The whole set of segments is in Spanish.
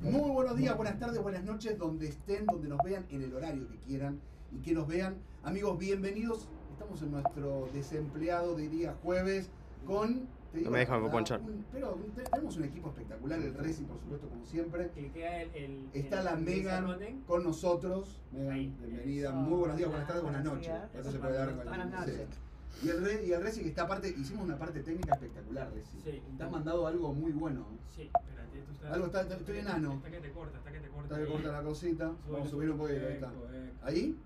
Muy buenos días, buenas tardes, buenas noches, donde estén, donde nos vean, en el horario que quieran y que nos vean. Amigos, bienvenidos. Estamos en nuestro desempleado de día jueves con... te digo No me la dejan verdad, ponchar. un- pero te- tenemos un equipo espectacular, el Racing, por supuesto, como siempre. Cliquea el. el Está el- la el Megan Ronen. con nosotros. Megan, Ahí, bienvenida. eso. Muy buenos días, buenas tardes, buenas Buenos noches. días. Ya se puede dar con- Buenas noches. sí. Y el, Re- y el Racing está aparte, hicimos una parte técnica espectacular, Racing. Sí. Te has mandado algo muy bueno. Sí, espérate, esto está. Algo está- estoy enano. Está que te corta, está que te corta. Está de corta la cosita. Vamos a subir un poquito, ahí está. ¿Ahí?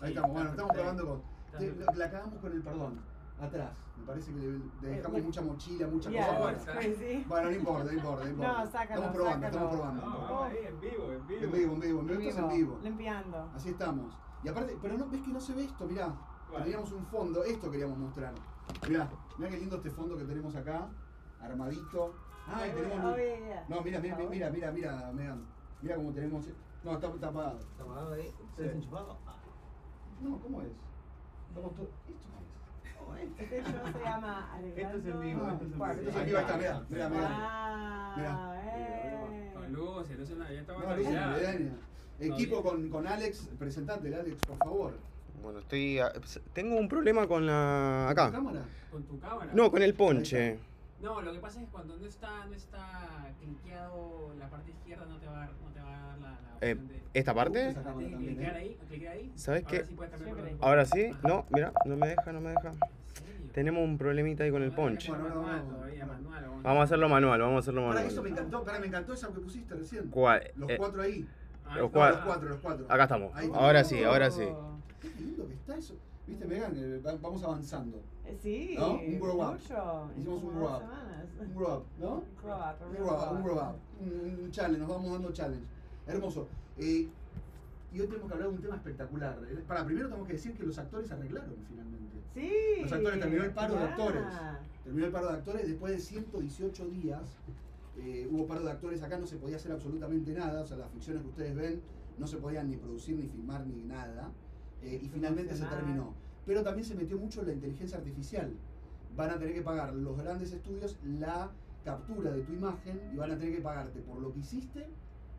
Ahí estamos, bueno, estamos probando con. te- bien. la- la cagamos con el perdón. Atrás. Me parece que le, le dejamos Eh, mucha mochila, mucha Yeah, cosa bueno. buena. Bueno, no importa, no importa, no importa. sácalo, estamos probando, sácalo. estamos probando. No, vamos ahí, en vivo, en vivo. En vivo, en vivo, en vivo, esto En es vivo, en vivo. Limpiando. Así estamos. Y aparte, pero no, ves que no se ve esto, mirá. ¿Cuál? Teníamos un fondo, esto queríamos mostrar. Mirá, mirá qué lindo este fondo que tenemos acá, armadito. Ay, tenemos. Oh, yeah, yeah. No, mira, mira, mira, mira, mira, mira, mira cómo tenemos. e-, No, está tapado. Tomado ahí, Sí. desenchufado. Ah. No, ¿cómo es? Estamos todos. Esto no es. Este show se llama Alegrando. Esto es en vivo, esto es en Cuarto. vivo. Entonces aquí va a estar, mirá, mirá, mirá. Ah, eh. Con luces, entonces nada, ya estamos No, Luz, ya. Ledaña. Equipo con, con Alex, presentate, Alex, por favor. Bueno, estoy. a- pues, Tengo un problema con la. ¿Con acá. ¿Cámara? Con tu cámara. No, con el ponche. No, lo que pasa es que cuando no está, no está cliqueado la parte izquierda, no te va a dar, no te va a dar la. la opción Eh, de- ¿Esta parte? Esa cámara Tienes que también, cliquear ¿eh? ahí, cliquear ahí. ¿Sabes Ahora qué? sí puedes cambiar Siempre. por dónde. Ahora sí. Ajá. No, mira, no me deja, no me deja. ¿En serio? Tenemos un problemita ahí con el Ah, ponche. manual Bueno, no, no, todavía, no. manual, vamos Vamos a hacerlo manual, vamos a hacerlo Para eso me manual. encantó, para me encantó esa que pusiste recién. ¿Cuál? Los Eh, cuatro ahí. Ah, Los está. cuatro. Los cuatro, los cuatro. acá estamos. Ahí está. Ahora sí, ahora sí. Qué lindo que está eso. Viste, Megan, eh, va- vamos avanzando. Eh, Sí. ¿No? Un grow up. mucho, en Hicimos un como grow dos up. semanas. Un grow up, ¿no? Grow up, a Un real grow up, un grow up. Un, un challenge, nos vamos dando challenge. Hermoso. Eh, y hoy tenemos que hablar de un tema espectacular. Eh, Para primero tenemos que decir que los actores arreglaron finalmente. Sí. Los actores, terminó el paro de Ya. actores. Terminó el paro de actores después de 118 días. eh, hubo paro de actores acá, no se podía hacer absolutamente nada. O sea, las ficciones que ustedes ven no se podían ni producir, ni filmar, ni nada. eh, y finalmente se Promocionar. terminó. Pero también se metió mucho la inteligencia artificial. Van a tener que pagar los grandes estudios la captura de tu imagen y van a tener que pagarte por lo que hiciste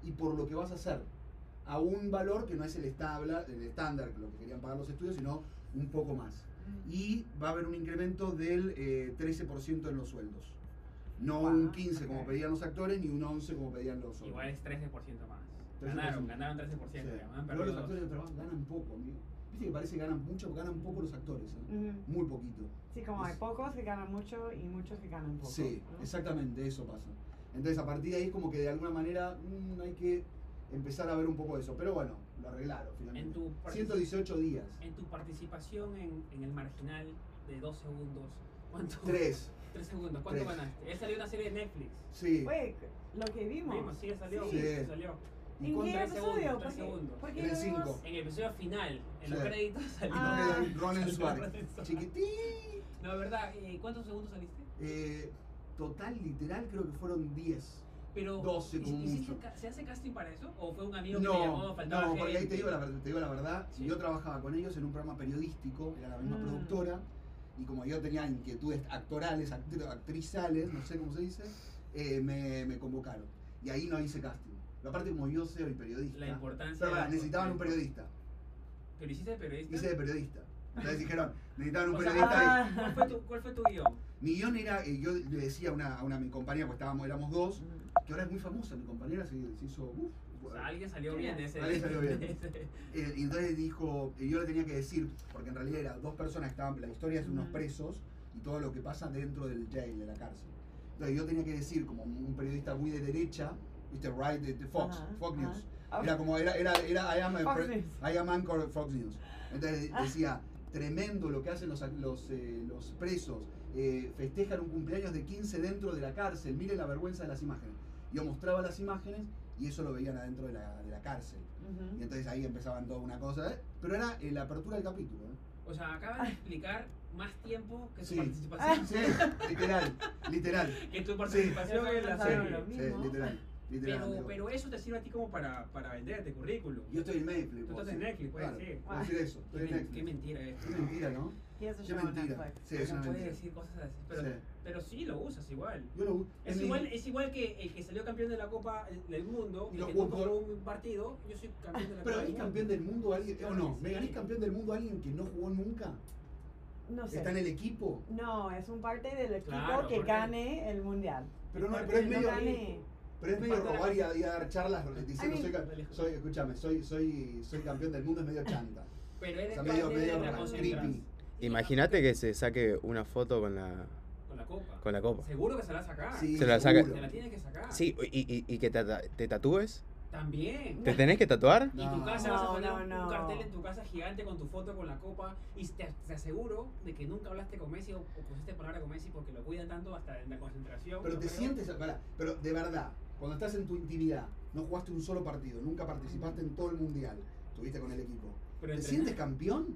y por lo que vas a hacer. A un valor que no es el, establa, el estándar, lo que querían pagar los estudios, sino un poco más y va a haber un incremento del eh, 13% en los sueldos. No Wow, un 15 como ok. pedían los actores, ni un 11 como pedían los otros. Igual es 13% más. 13%. Ganaron, ganaron 13%. Sí. digamos, han Igual los perdido actores de trabajo ganan poco, amigo. Viste que parece que ganan mucho, ganan poco los actores. ¿eh? Ujú. Muy poquito. Sí, como hay Es- pocos que ganan mucho y muchos que ganan poco. Sí, ¿no? exactamente, eso pasa. Entonces a partir de ahí es como que de alguna manera mm, hay que empezar a ver un poco de eso. Pero bueno, lo arreglaron En finalmente. tu, partici- 118 días. en tu participación en, en el marginal de 2 segundos, ¿cuánto? 3. 3 segundos, ¿cuánto Tres. ganaste? Él salió una serie de Netflix. Sí. Fue lo que Vimos, vimos. sí, salió. Sí. sí, salió. ¿Y ¿En cuánto- qué Tres episodio? segundos, tres segundos. porque En el cinco. En el episodio final, en los Sí. créditos salió. Ah. Ronen Suárez. Ronen Suárez. Chiquitín. No, es verdad, eh, ¿cuántos segundos saliste? Eh, total, literal, creo que fueron 10. Pero, 12 como ¿hiciste mucho. ca- ¿Se hace casting para eso? ¿O fue un amigo que te No, llamó? Faltaba no, porque ahí gente? te digo la, ver- te digo la verdad, Sí. Ah. yo trabajaba con ellos en un programa periodístico, era la misma Mm. productora, y como yo tenía inquietudes actorales, actri- actrizales, no sé cómo se dice, eh, me, me convocaron. Y ahí no hice casting. Pero aparte, como yo soy periodista, La importancia. pero, de- bueno, necesitaban un periodista, ¿Pero hiciste de periodista? hice de periodista. Entonces dijeron, necesitaban un O sea, ah. periodista ahí. Ah. ¿cuál, fue tu, ¿Cuál fue tu guión? Mi guión era, eh, yo le decía a una, a una mi compañera, pues estábamos, éramos dos, que ahora es muy famosa, mi compañera se, se hizo, uf, Pues O sea, Pues, alguien salió bien de ese. Pues, Alguien salió bien. de ese- Eh, y entonces dijo, y yo le tenía que decir, porque en realidad eran dos personas que estaban, la historia es de unos Ujú. presos y todo lo que pasa dentro del jail, de la cárcel. Entonces yo tenía que decir, como un periodista muy de derecha, viste, right, de, de Fox, Ajá, Fox ajá. News. Ah, Era como, era, era, era I am, a Fox pre- News. Ah. I am anchor of Fox News. Entonces decía, tremendo lo que hacen los, los, eh, los presos, eh, festejan un cumpleaños de 15 dentro de la cárcel, miren la vergüenza de las imágenes. Yo mostraba las imágenes y eso lo veían adentro de la, de la cárcel. ujú. Y entonces ahí empezaban toda una cosa, ¿eh? pero era eh, la apertura del capítulo. ¿eh? O sea, acabas Ah. de explicar más tiempo que tu Sí. participación. Sí, literal, literal. Que tu participación Sí. en la Sí. serie. Ah. Lo Sí, mismo. literal. literalmente. Pero, pero eso te sirve a ti como para, para venderte currículum. Yo estoy en Netflix. Tú puedo estás en decir. Netflix, puedes Claro, decir. puedo decir eso. Qué, Estoy en men- qué Netflix. mentira es. Qué mentira, ¿no? He has a Qué show on mentira. Netflix. Sí, es no una puedes mentira. decir cosas así. Pero Sí. pero sí lo usas igual. Yo lo- Es en mi- igual, es igual que el que salió campeón de la Copa del Mundo, Y y lo que jugó no por- cobró un partido, yo soy campeón de la ¿Pero Copa eres del campeón Mundo. del mundo a alguien? ¿O no? ¿Me ganás Sí. campeón del mundo a alguien que no jugó nunca? No ¿Está en sé. el equipo? No, es un parte del equipo Claro, que porque- gane el mundial. Pero, no, Parte pero es del medio, local. gane. pero es medio Parte de la robar y, a- y a dar charlas diciendo Ay, soy, ca- soy, escúchame, soy, soy, soy campeón del mundo, es medio chanta. Pero O eres sea, medio, parte medio de la ra- concentración. creepy. Imagínate que se saque una foto con la, Con la Copa. con la copa. Seguro que se la saca. Sí, Se la saca- seguro. Ah, Se la tiene que sacar. Sí, y, y- y que te, ta- te tatúes. También. ¿Te tenés que tatuar? Y tu No. casa vas a No, poner no, un- no. un cartel en tu casa gigante con tu foto con la copa y te, te aseguro de que nunca hablaste con Messi o, o pusiste palabra con Messi porque lo cuidan tanto hasta en la concentración. Pero yo te creo. sientes, pará, pero de verdad, cuando estás en tu intimidad, no jugaste un solo partido, nunca participaste en todo el mundial, estuviste con el equipo. Pero ¿Te entrenar- sientes campeón?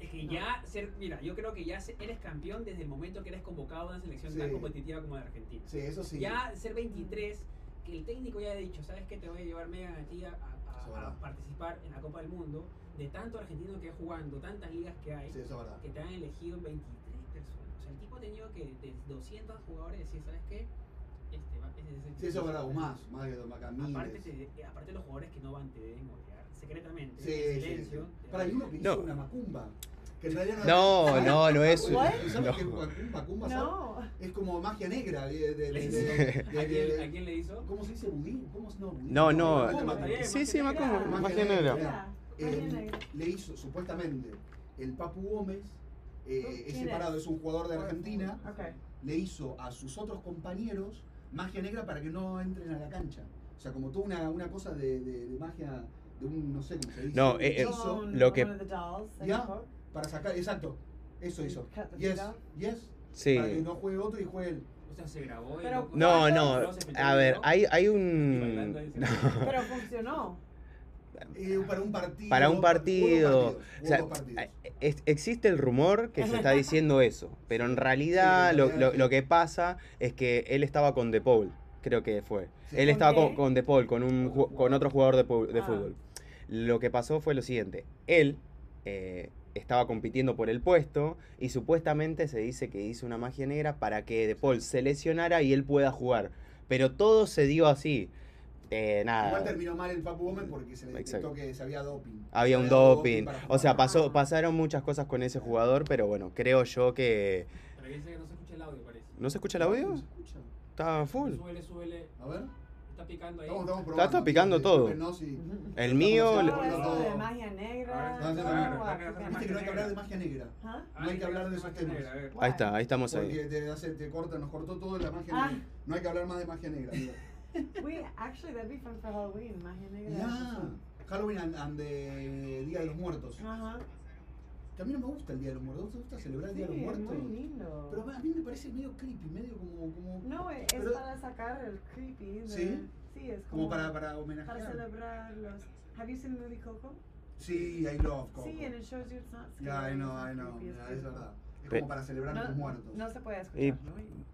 Es que No. ya ser, mira, yo creo que ya se- eres campeón desde el momento que eres convocado a una selección tan Sí. competitiva como la de Argentina. Sí, eso sí. Ya ser 23, que el técnico ya ha dicho, ¿sabes qué? Te voy a llevar media gatilla a, Eso es a, verdad. participar en la Copa del Mundo, de tanto argentino que hay jugando, tantas ligas que hay, Sí, eso es verdad. que te han elegido en 23 personas. O sea, el tipo ha tenido que de 200 jugadores decir, ¿sabes qué? Este va, este es el Sí, que eso es va a verdad, o ser". más, más que Don Aparte, te- eh, aparte los jugadores que no van te deben golear secretamente, Sí, sí, en sí. silencio. te Para, hay van- uno que hizo No. una macumba. Que en realidad No, no, no es. ¿What? ¿Sabes no. qué macumba? Macumba, ¿sabes? No. Es como magia negra. De, de- de- de- ¿A de- de- quién, a quién le hizo? ¿Cómo se dice budín? ¿Cómo es no budín? No, no. macumba. eh, Sí, sí, más como. Mira, Más mira, género. Mira, Magia Eh, negra. le hizo supuestamente el Papu Gómez, eh, es ¿Quién separado, es? es un jugador de Argentina, Ok. le hizo a sus otros compañeros magia negra para que no entren a la cancha. O sea, como toda una, una cosa de, de- de magia, de un, no sé cómo se dice, No, un eh, eh, hechizo Con lo que- one of the dolls and Ya. the book. para sacar, exacto, eso hizo. Cut the Yes, feet out. yes, Sí. para que no juegue otro y juegue él. O sea, se grabó. y Pero- loco. No, Luego no. se metió A el ver, video. hay, hay Y bailando ahí un. se- Pero funcionó. Eh, para un partido. Para un hubo partidos, partido. hubo O sea, dos partidos. es- existe el rumor que se está diciendo eso, pero en realidad Sí, lo, claro. lo- lo que pasa es que él estaba con De Paul, creo que fue. Sí. Él ¿Con estaba con, qué? con De Paul, con, un, Otro ju- con otro jugador de, pu- de Ah. fútbol. Lo que pasó fue lo siguiente, él eh, estaba compitiendo por el puesto y supuestamente se dice que hizo una magia negra para que De Paul se lesionara y él pueda jugar, pero todo se dio así. Eh, Igual nada, terminó mal el Papu Gómez porque se le detectó Exacto. que se había doping. Había Se un dado doping. para O sea, jugar. pasó, pasaron muchas cosas con ese jugador, pero bueno, creo yo que. Pero dice que no se escucha el audio, parece. ¿No se escucha el No audio? se escucha. Está full. Suele, suele. A ver. Está picando ahí. Estamos, estamos probando. Está- está picando todo. Disculpen, No, sí. El mío. No, Todo le- no, eso de no. magia negra. Ahora está todo raro, está raro. africano. Viste que no hay que hablar de magia negra. ¿Ah? No hay que hablar de esos Magia negra, temas. a ver. Ahí está, ahí estamos ahí. Porque te, hace- te corta, nos cortó todo la magia Ah. negra. No hay que hablar más de magia negra. amigo. We actually that'd be fun for Halloween, magia negra. Ya. Halloween and, and the Día de los Muertos. Ajá. Que a mí no me gusta el Día de los Muertos. ¿Te gusta celebrar el Sí, Día de los es muy Muertos? lindo. Pero a mí me parece medio creepy, medio como. como no, es, es pero- para sacar el creepy. de- ¿Sí? Sí, es como, como para, para para homenajear. celebrar los. Have you seen the movie Coco? Sí, I love Coco. Sí, and it shows you it's not scary. Ya, I it's know, not I know. creepy, it's Ya, es beautiful. verdad. Es Pe- como para celebrar a los muertos. No se puede escuchar. Y- ¿no?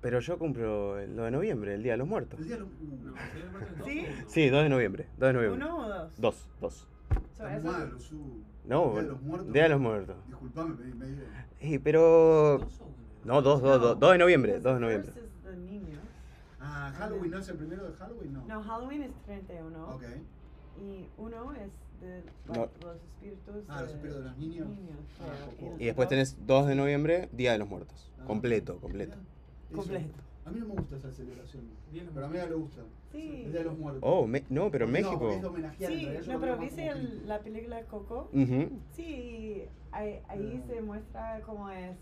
Pero yo cumplo el 2 de noviembre, el Día de los Muertos. El Día de los. No, Uh, estoy hablando de dos ¿Sí? segundos. Sí, 2 de noviembre. 2 de noviembre. ¿Uno o dos? 2, 2. So, tan eso- malo, su. No, Día de los Muertos. Día de los Muertos. Disculpame, me, me dio. Y pero. Dos segundos. No, 2, 2, 2. 2 de noviembre, Because 2 de the noviembre. first is the niño. Ah, Halloween no es el primero de Halloween, no. No, Halloween es 31. Ok. Y uno es de No. like, los espíritus. Ah, los espíritus de los niños. Ah, yeah, poco. los Y después dos. tenés 2 de noviembre, Día de los Muertos. Ah, Completo, ok. completo. Mira, Completo. eso. A mí no me gusta esa celebración, Bien, pero a mí le gusta. Sí. El Día de los Muertos. Oh, me- no, pero en No, porque es de México. homenajear, en Sí, realidad yo no, lo pero veo más ¿viste como el- la película Coco? Ujú. Sí, ahí, ahí Ah. se muestra cómo es,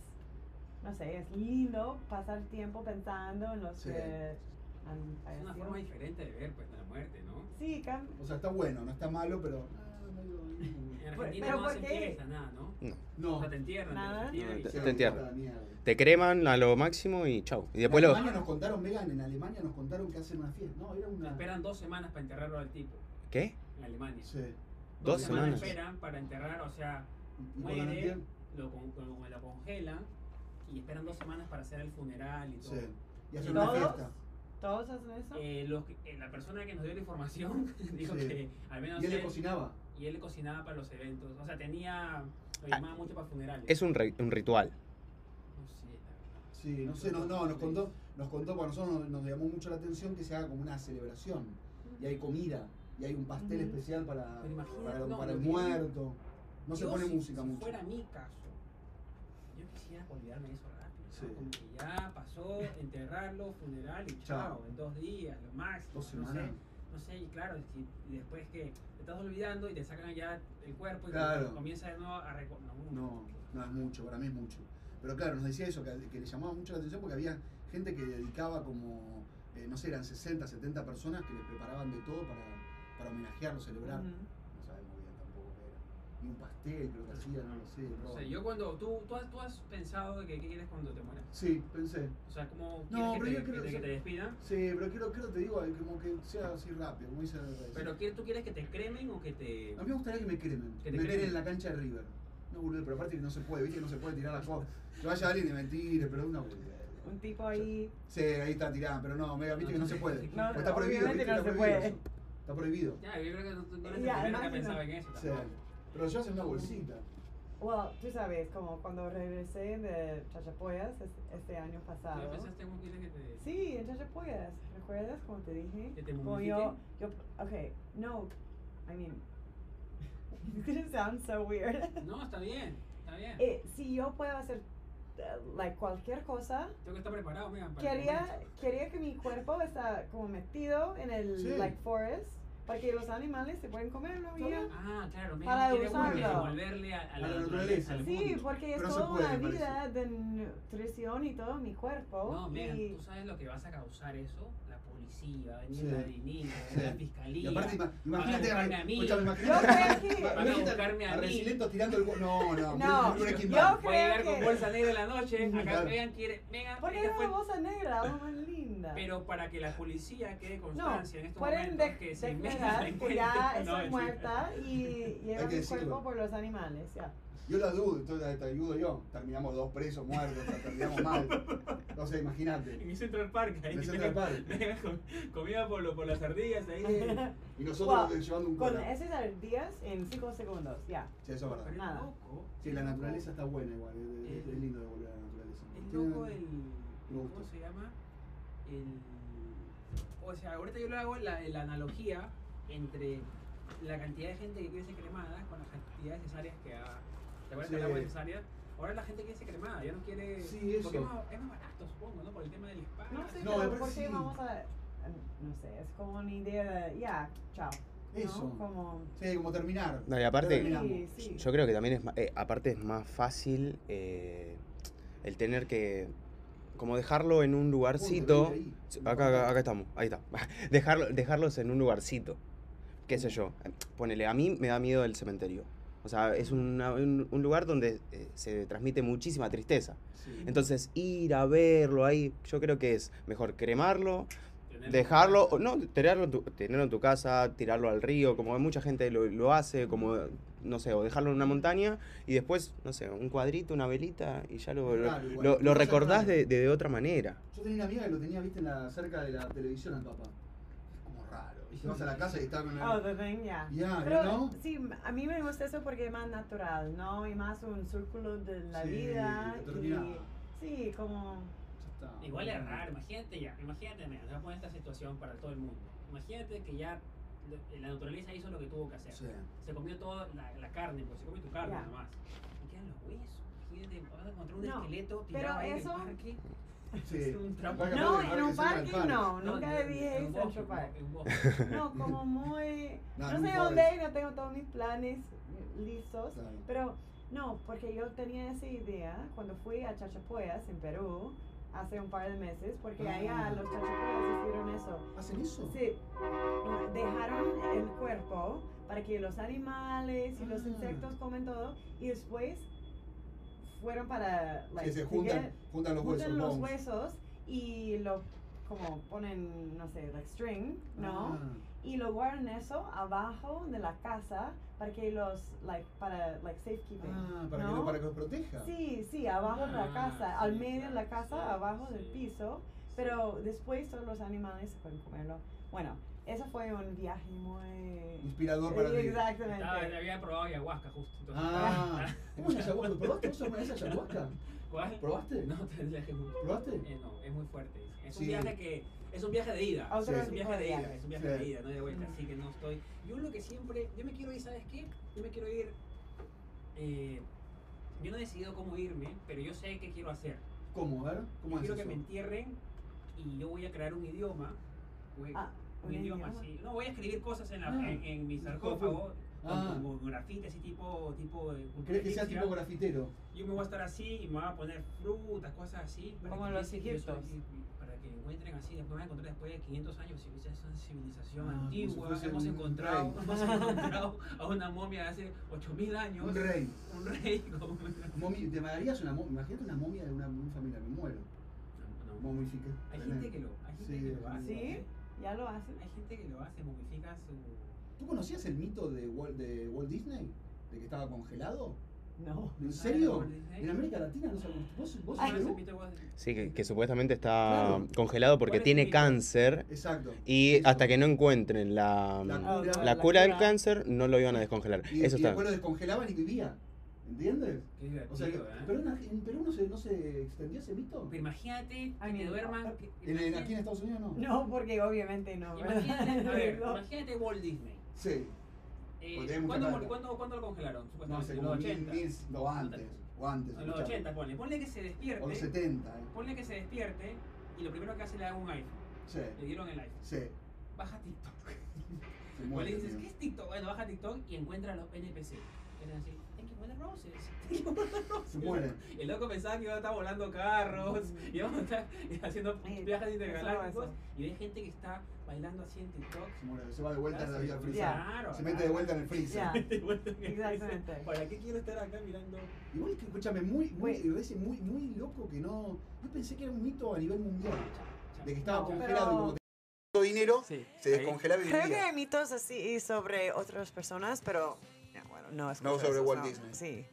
no sé, es lindo pasar tiempo pensando en los Sí. que han Es una fallecido. forma diferente de ver pues, la muerte, ¿no? Sí, cam- creepy. O sea, está bueno, no está malo, pero. ah, medio- En Pero- Argentina Pues, pero no ¿por hacen qué? fiesta, nada, ¿no? O No. sea, te entierran, Nada. te No, entierran. te- Sí, te entierran. la mierda. Te creman a lo máximo y chau. Y después en lo. Alemania nos contaron, Megan, en Alemania nos contaron que hacen una fiesta. No, era Te una. esperan dos semanas para enterrarlo al tipo, ¿Qué? en Alemania. Sí. Dos semanas. esperan para enterrar, o sea, Y cuando no muere, entienden- lo, con- lo- lo congelan y esperan dos semanas para hacer el funeral y todo. Sí. Y hacen ¿Todos? una fiesta. ¿Todos hacen eso? Eh, los que- eh, la persona que nos dio la información dijo Sí. que al menos Y él le él- cocinaba. y él le cocinaba para los eventos. O sea, tenía. Ah, Lo llamaba mucho para funerales. Es un, ri- un ritual. No sé, la verdad. Sí, no sé, no, no, nos contó, nos contó, bueno, nosotros nos, nos llamó mucho la atención que se haga como una celebración. Y hay comida, y hay un pastel Ujú. especial para, Pero imagínate, para, no, para el lo que- muerto. No se Yo, pone si- música si mucho. fuera mi caso, yo quisiera olvidarme de eso rápido. ¿no? Sí. Como que ya pasó, enterrarlo, funeral y Chao. chao. En dos días, lo máximo. Dos no semanas. sé. No sé, y claro, si- y después que te estás olvidando y te sacan ya el cuerpo y Claro. te comienza de nuevo a recordar. No, no es mucho, para mí es mucho. Pero claro, nos decía eso, que, que le llamaba mucho la atención porque había gente que dedicaba como, eh, no sé, eran 60, 70 personas que les preparaban de todo para, para homenajearlo, celebrar. Ujú. No sabemos bien tampoco qué era. Y un pastel creo que hacía, no lo sé. O robo. sea, yo cuando. Tú, tú, has, tú has pensado de que qué quieres cuando te mueras. Sí, pensé. O sea, como. No, quieres pero yo que, te, creo que, te- que- que te despidan. Sí, pero quiero, quiero te digo, eh, como que sea así rápido, como dice el rey. Pero ¿qué- ¿tú quieres que te cremen o que te.? A mí me gustaría que me cremen. Que te me cremen cremen. en la cancha de River. No, boludo, pero aparte que no se puede, viste, no se puede tirar las cosas. Que vaya alguien y me tire, pero una boludez. Un tipo ahí. Sí, ahí está tirada, pero no, mega, viste que no se puede. No, Pues está prohibido, obviamente viste, no está se prohibido. puede. eso. Está prohibido. Ya, yo creo que no, no eres Ya, el primero que ha imagino. pensado en eso. O sea, tampoco. pero yo hace una bolsita. Well, tú sabes, como cuando regresé de Chachapoyas es- este año ¿Tú pasado. ya pensaste cómo quieres que te.? Sí, en Chachapoyas. ¿Recuerdas como te dije? ¿Que te Como yo, yo, ok, no, I mean, it's gonna sound so weird. No, está bien, está bien. Eh, si yo puedo hacer eh, like, cualquier cosa, Tengo que estar preparado, mira. para el quería, momento. quería que mi cuerpo está como metido en el Sí. like forest para que los animales se pueden comerlo Está y ya. bien. Ah, claro, mira. Para quiere como que usarlo. devolverle a, a la, A la naturaleza. naturaleza. al Sí, mundo. porque es Pero no se toda puede, una me vida de nutrición y todo mi cuerpo. No, mira, y- tú sabes lo que vas a causar eso. La policía, va a venir Sí. la DINI, va a venir Sí. la Y fiscalía. aparte, ima- imagínate buscarme a mí. escuchame, Yo creo imagínate. que- ima- Van a imagínate buscarme a a mí. Resilentos tirando el. gu- No, no, No, Bruno Breaking yo- Bad. Voy a llegar creo con que- bolsa negra en la noche. Acá Claro. vean, quiere. Venga, porque esta es fue- una bolsa negra, la más linda. Pero para que la policía quede constancia en estos Pueden momentos dec- que se declarar inventan que ya cuentos. No, estoy es- muerta y Hay llevan que mi decirlo. cuerpo por los animales, ya. Yo la dudo, entonces te ayudo yo. Terminamos dos presos muertos, o sea, terminamos mal. Entonces, imagínate. En el centro del parque. ahí En el centro del parque. venga, com- Comida por, lo- por las ardillas ahí. Y nosotros Wow. llevando un Con cola. esas ardillas en 5 segundos, ya. Sí, eso es verdad. Pero Nada. es loco. Sí, la naturaleza está buena igual, es, es- es lindo devolver a la naturaleza. Es Tiene- loco Eh, el. Me ¿Cómo gusta. se llama? El. O sea, ahorita yo le hago la, la analogía entre la cantidad de gente que quiere ser cremada con la cantidad de cesáreas que ha. ¿Te acuerdas que Sí. hablamos de cesáreas? Ahora la gente quiere ser cremada, ya no quiere. Sí, eso. Porque es más, es más barato, supongo, ¿no? Por el tema del espacio. No sé, No, me pero parece ¿por qué sí. vamos a...? No sé, es como una idea de, ya, chao. ¿no? Eso. Como... Sí, como terminar. No, y aparte- Terminamos. Sí, sí. Yo creo que también es ma- eh, aparte es más fácil eh, el tener que como dejarlo en un lugarcito. Uy, te vi ahí. Acá, acá, acá estamos, ahí está. Dejarlo, dejarlos en un lugarcito. Qué sé yo. Ponele, a mí me da miedo el cementerio. O sea, es una- un, un lugar donde eh, se transmite muchísima tristeza. Sí. Entonces, ir a verlo ahí, yo creo que es mejor cremarlo, Tener- dejarlo, o no, tenerlo en, tu, tenerlo en tu casa, tirarlo al río, como mucha gente lo, lo hace, como, no sé, o dejarlo en una montaña y después, no sé, un cuadrito, una velita y ya lo, lo, Claro, igual. lo- lo Cosa recordás rara. de, de- de otra manera. Yo tenía una amiga que lo tenía, viste, en la, cerca de la televisión al papá. Es como raro. Y vas a la casa y está con el. Ah, Oh, the thing, ya. Ya, Pero ¿no? sí, a mí me gusta eso porque es más natural, ¿no? Y más un círculo de la Sí, vida. te y- termina. sí, como... Ya está. Igual es raro, imagínate ya, imagínate, mira, te voy a poner esta situación para todo el mundo. Imagínate que ya lo- eh, la naturaleza hizo lo que tuvo que hacer. Sí. Se comió toda la, la carne, porque se comió tu carne Ya. nomás. Y quedan los huesos. Imagínate, vas a encontrar un No, esqueleto pero tirado ahí en el eso- parque. Sí. Es un trapo. Capaz que No, aparte en un cerca del parque no, nunca en- en dije un bosque, Central Park. en un bosque. No, como muy... No, No, en un sé dónde ir, no tengo todos mis planes listos. Claro. Pero no, porque yo tenía esa idea cuando fui a Chachapoyas en Perú hace un par de meses, porque Ah. allá los Chachapoyas hicieron eso. ¿Hacen eso? Sí, dejaron el cuerpo para que los animales y los Ah. insectos comen todo y después fueron para... que like, se to juntan, get- juntan los huesos. juntan los bones. huesos y lo como ponen, no sé, like string, ¿no? Ah. y lo guardan eso abajo de la casa para que los like para like safekeeping Ah, para, que, ¿no? lo- para que los proteja. sí sí abajo de la Ah, casa al sí, medio de la claro, casa sí, abajo del sí. piso Pero después todos los animales se pueden comerlo. Bueno, eso fue un viaje muy... Inspirador para ti. Exactamente. Estaba, había probado ayahuasca justo. Entonces, Ah, ¿cómo es ayahuasca? ¿Probaste vos alguna vez ayahuasca? ¿Cuál? ¿Probaste? No, te la que ¿Probaste? Eh, no, es muy fuerte. dice. Es Sí. un viaje que es un viaje de ida. Otro Es un tipo viaje de de ida, viaje. es un viaje Sí. de ida, no de vuelta, Ujú. así que no estoy. Yo lo que siempre, yo me quiero ir, ¿sabes qué? Yo me quiero ir eh, yo no he decidido cómo irme, pero yo sé qué quiero hacer. ¿Cómo? A ver, Yo ¿cómo es quiero eso? que me entierren y yo voy a crear un idioma. Voy- Ah, un idioma, sí. No, voy a escribir cosas en, la- Ah, en, en mi sarcófago, Ah. con, con grafite, así tipo, tipo eh, de cultura ¿Crees que sea egipcia. tipo grafitero? Yo me voy a estar así y me voy a poner frutas, cosas así. para Como que los piensen que yo soy- egipcios. Para que encuentren así, después van a encontrar después de 500 años, si hubiese esa civilización Ah, como si antigua, fuese hemos un encontrado, rey. hemos encontrado a una momia de hace 8000 años. Un rey. Un rey como una- Momi- ¿Te darías una momia? Imagínate una momia de una, de un familiar, me muero. No, no. Momifica. Hay gente que lo, hay gente Sí, que lo hace. ¿Sí? ¿Ya lo hacen? Hay gente que lo hace, momifica su... ¿Tú conocías el mito de Walt, de Walt Disney? ¿De que estaba congelado? No. ¿En ¿Sabes serio? Walt Disney? En América Latina no sabemos. ¿Vos, vos Ay. en Perú? Sí, que, que supuestamente está Claro. congelado porque ¿Cuál es el tiene mito? cáncer Exacto. y Eso. hasta que no encuentren la, La la, cura. Ah, la cura del cáncer, no lo iban a descongelar. Y, Eso y está. después lo descongelaban y vivía. ¿Entiendes? Qué divertido, O sea, que- ¿eh? pero en, Arge- en Perú no se, no se extendió ese mito. Pero imagínate que Ay, te no. duerman... que- En, en- aquí en imagínate- Estados Unidos no. No, porque obviamente no. ¿verdad? Imagínate, a ver, No. imagínate Walt Disney. Sí. Eh, Porque tenía mucha ¿cuándo, plata. mor- cuándo- cuándo lo congelaron? No Supuestamente sé, Pues en como los mil, 80. mil, no, antes. O antes. En los escuchá. 80, ponle. Ponle que se despierte. O los 70. eh. Ponle que se despierte y lo primero que hace le da un iPhone. Sí. Le dieron el iPhone. Sí. Baja TikTok. Se O le muere, pues dices, tío. ¿qué es TikTok? Bueno, baja TikTok y encuentra los NPC. Que eran así, thank you for the roses. Thank you for the roses. Se mueren. El loco pensaba que iba a estar volando carros, Mm. íbamos a estar haciendo Ay, viajes eso, intergalácticos. eso. Y hay gente que está bailando así en TikTok. Se muere. Se va de vuelta a la Claro, vida se- freezer. Claro. Se mete de vuelta en el freezer. Ya. De vuelta en el Exactamente. freezer. ¿Para qué quiero estar acá mirando? Igual que, escúchame, muy, muy, Güey. parece muy, muy loco que no. Yo pensé que era un mito a nivel mundial. De que estaba No, pero- congelado y como tenía dinero, Sí. se descongelaba y Creo que vivía. hay mitos así sobre otras personas, pero no, bueno, no es No mucho sobre eso, Walt no. Disney. Sí.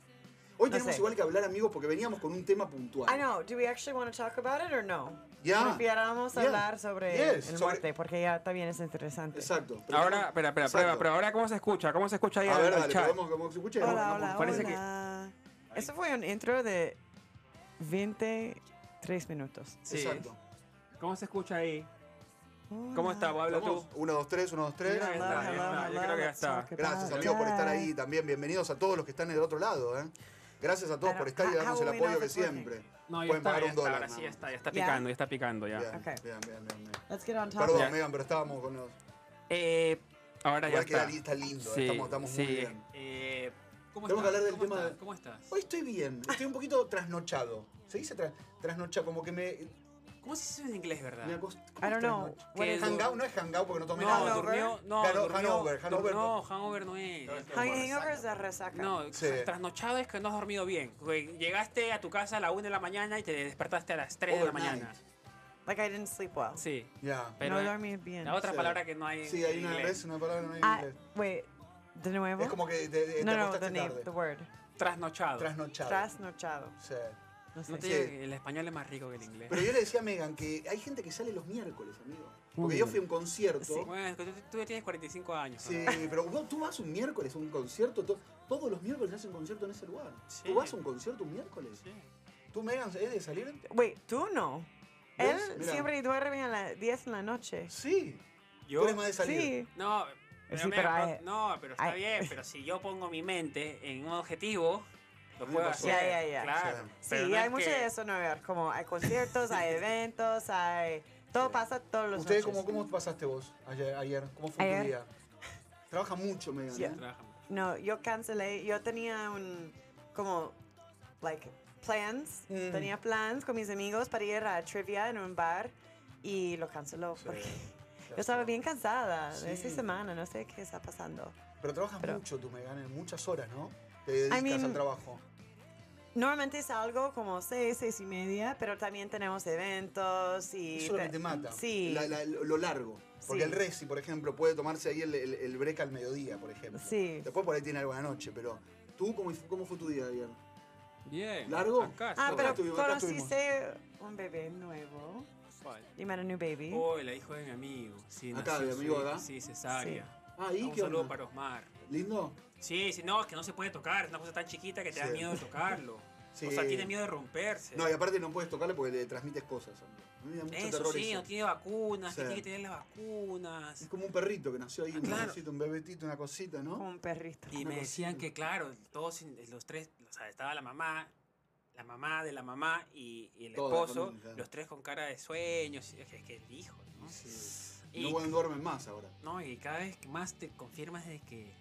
Hoy no tenemos sé. Ah, igual que hablar, amigos, porque veníamos con un tema puntual. I know. Do we actually want to talk about it or no? Ya. Prefiéramos Yeah. hablar sobre Yes, el sobre- muerte porque ya también es interesante. Exacto. Pero- Ahora, espera, espera, Exacto. prueba, pero ahora cómo se escucha, cómo se escucha ahí A al- ver, al dale, chat. probemos como se escuche. Hola, Vamos, hola, parece hola. Eso fue un intro de 23 minutos. Sí. Exacto. ¿Cómo se escucha ahí? ¿Cómo está? Hola. Habla Vamos. tú. Uno, dos, tres, uno, dos, tres. Mira, ahí está, Hello, ahí está, yo hello, creo que ya let's está. talk about Gracias, amigos, por estar ahí that. también. Bienvenidos a todos los que están del otro lado. ¿eh? Gracias a todos Claro, Ah, por estar y how- darnos how el we know apoyo if que it's working? siempre. No, ya Pueden está, pagar ya un está, dólar, ahora sí, mamá. ya está, ya está Ya. picando, ya está picando ya. Bien, Ok. bien, bien, bien, bien. Let's get on top. Perdón, Ya. Megan, pero estábamos con los. Eh, ahora ya Igual queda está. li- está lindo, Sí, estamos, estamos muy sí. bien. Eh, ¿cómo Tenemos que estás? hablar del ¿Cómo tema estás? de- ¿Cómo estás? Hoy estoy bien, estoy un poquito trasnochado. ¿Se dice tra- trasnochado? Como que me, ¿Cómo se dice en inglés, verdad? me acosté. I don't know. What Que is hang it? out. Hangout no es hangout porque no tomé no, nada. Hangover. durmió, no, Claro, durmió, hangover, dur- hangover no, no. hangover no es. No, es Hang- Hangover es de resaca. No, Sí. trasnochado es que no has dormido bien. que Llegaste a tu casa a la 1 de la mañana y te despertaste a las 3 de la Overnight. mañana. Like I didn't sleep well. Sí, Ya. pero no dormí bien. la otra Sí. palabra que no hay Sí, hay en una inglés. vez una palabra no hay en Ah, inglés. wait, de nuevo. Es como que te, te no, no, the acostaste name, tarde. the word. Trasnochado. Trasnochado. Trasnochado. Sí. No sé. No te Sí. digo que el español es más rico que el inglés. Pero yo le decía a Megan que hay gente que sale los miércoles, amigo. Porque yo fui a un concierto. Sí. Bueno, tú, tú ya tienes 45 años. Sí, ¿no? pero vos- tú vas un miércoles a un concierto, to- todos los miércoles hacen concierto en ese lugar. Sí. ¿Tú vas a un concierto un miércoles? Sí. ¿Tú, Megan, es de salir? Wait, tú no. Él ¿Ves? Mira. siempre duerme a las 10 de la noche. Sí. Yo. Tú eres más de salir. Sí. No, pero, Sí, me- pero no, hay- no, pero está hay- bien. Pero si yo pongo mi mente en un objetivo, lo Me puedo pasó. hacer. Ya, ya, ya. Claro. Sí. Sí, pero no hay es mucho que- de eso en Nueva York. Como hay conciertos, hay eventos, hay. Todo pasa todos los ¿Ustedes días. cómo, cómo pasaste vos ayer? ayer? ¿Cómo fue tu Ayer. día? Trabaja mucho, Megan. Sí. ¿eh? Trabaja mucho. No, yo cancelé. Yo tenía un. Como. Like. Plans. Mm. Tenía plans con mis amigos para ir a trivia en un bar. Y lo canceló. Sí, Porque ya yo estaba está. bien cansada de Sí. esta semana. No sé qué está pasando. Pero trabajas Pero- mucho tú, Megan, en muchas horas, ¿no? Te dedicas mean- al trabajo. Normalmente salgo como seis, seis y media, pero también tenemos eventos y... Eso es lo que te- te mata. Sí. La- la- lo largo. Porque Sí. el Resi, por ejemplo, puede tomarse ahí el, el- el break al mediodía, por ejemplo. Sí. Después por ahí tiene algo a la noche, pero ¿tú cómo, cómo fue tu día ayer? Bien. ¿Largo? Ah, Acá Acá estoy. pero estuvimos, acá conociste un bebé nuevo. ¿Cuál? You met a new baby. Uy, la hijo de mi amigo. Sí, Acá, nació, mi amigo sí, acá. Sí, cesárea. Ah, ¿y Un qué saludo onda? para Osmar. ¿Lindo? Sí, sí, no, es que no se puede tocar. Es una cosa tan chiquita que te da Sí. miedo de tocarlo. Sí. O sea, tiene miedo de romperse. No, y aparte no puedes tocarle porque le transmites cosas. hombre. A mí me da mucho eso terror sí, eso. no tiene vacunas, Sí. que tiene que tener las vacunas. Es como un perrito que nació ahí, un Ah, Claro. perrito, un bebetito, una cosita, Como ¿no? un perrito. Y Una me decían cosita. que, claro, todos, sin- los tres, o sea, estaba la mamá, la mamá de la mamá y, y el Todas esposo, con- claro. los tres con cara de sueños, es que, es que el hijo, ¿no? Sí. Y, No pueden duermen más ahora. no, y cada vez que más te confirmas de que,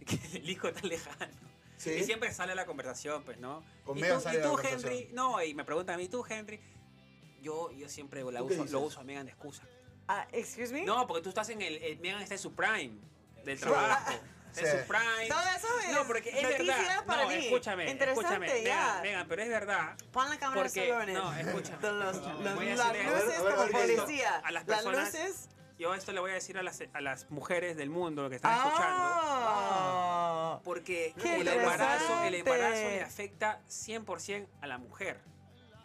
de que el hijo está lejano. Sí. Y siempre sale la conversación, pues, ¿no? Con y Megan tú, sale y la tú, conversación. Henry, no, y me preguntan a mí, tú, Henry, yo, yo siempre la ¿Tú qué uso, lo dices? uso a Megan de excusa. Ah, excuse me. No, porque tú estás en el, el Megan está en su prime del trabajo. Está en Sí. su prime. Todo eso es eh, No, porque es noticia verdad. para no, mí. escúchame, Interesante, escúchame. ya. Megan, Megan, pero es verdad. Pon la cámara Porque- de salones. no, escúchame. De los- No, las- voy a las decirle- luces A ver, a ver, como a ver, policía. a las las personas- luces. Yo esto le voy a decir a las, a las mujeres del mundo que están escuchando. Ah. Porque Qué el embarazo, el interesante. embarazo le afecta 100% a la mujer.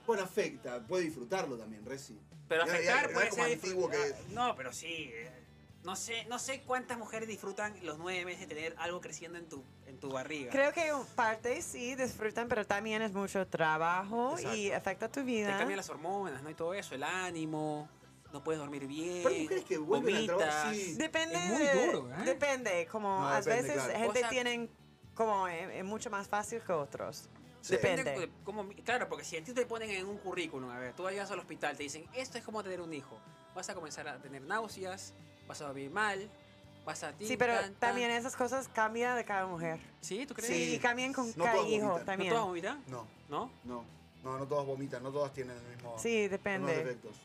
Bueno, afecta, puede disfrutarlo también, Reci. Pero Ya, ya, afectar ya puede como ser. Ah, antiguo que- No, pero sí. eh, No sé, no sé cuántas mujeres disfrutan los nueve meses de tener algo creciendo en tu, en tu barriga. Creo que parte sí disfrutan, pero también es mucho trabajo y Exacto. afecta tu Te vida. cambian las hormonas, ¿no? Y todo eso, el ánimo, no puedes dormir bien. Pero hay mujeres que vuelven al trabajo, vomitas. sí. Depende. Es muy de- duro, ¿eh? Depende. Como No, a depende, veces claro. gente O sea- tienen como es, es mucho más fácil que otros. Sí. Depende. de pues, cómo- claro, porque si a ti te ponen en un currículum, a ver, tú llegas al hospital, te dicen, esto es como tener un hijo. Vas a comenzar a tener náuseas, vas a dormir mal, vas a ti. Sí, pero también esas cosas cambian de cada mujer. ¿Sí? ¿Tú crees? Sí, Sí. cambian con No cada todas hijo vomitan. ¿No también. todas vomitan? No, ¿No? no. No, no todas vomitan, no todas tienen el mismo. sí, los mismos depende. efectos.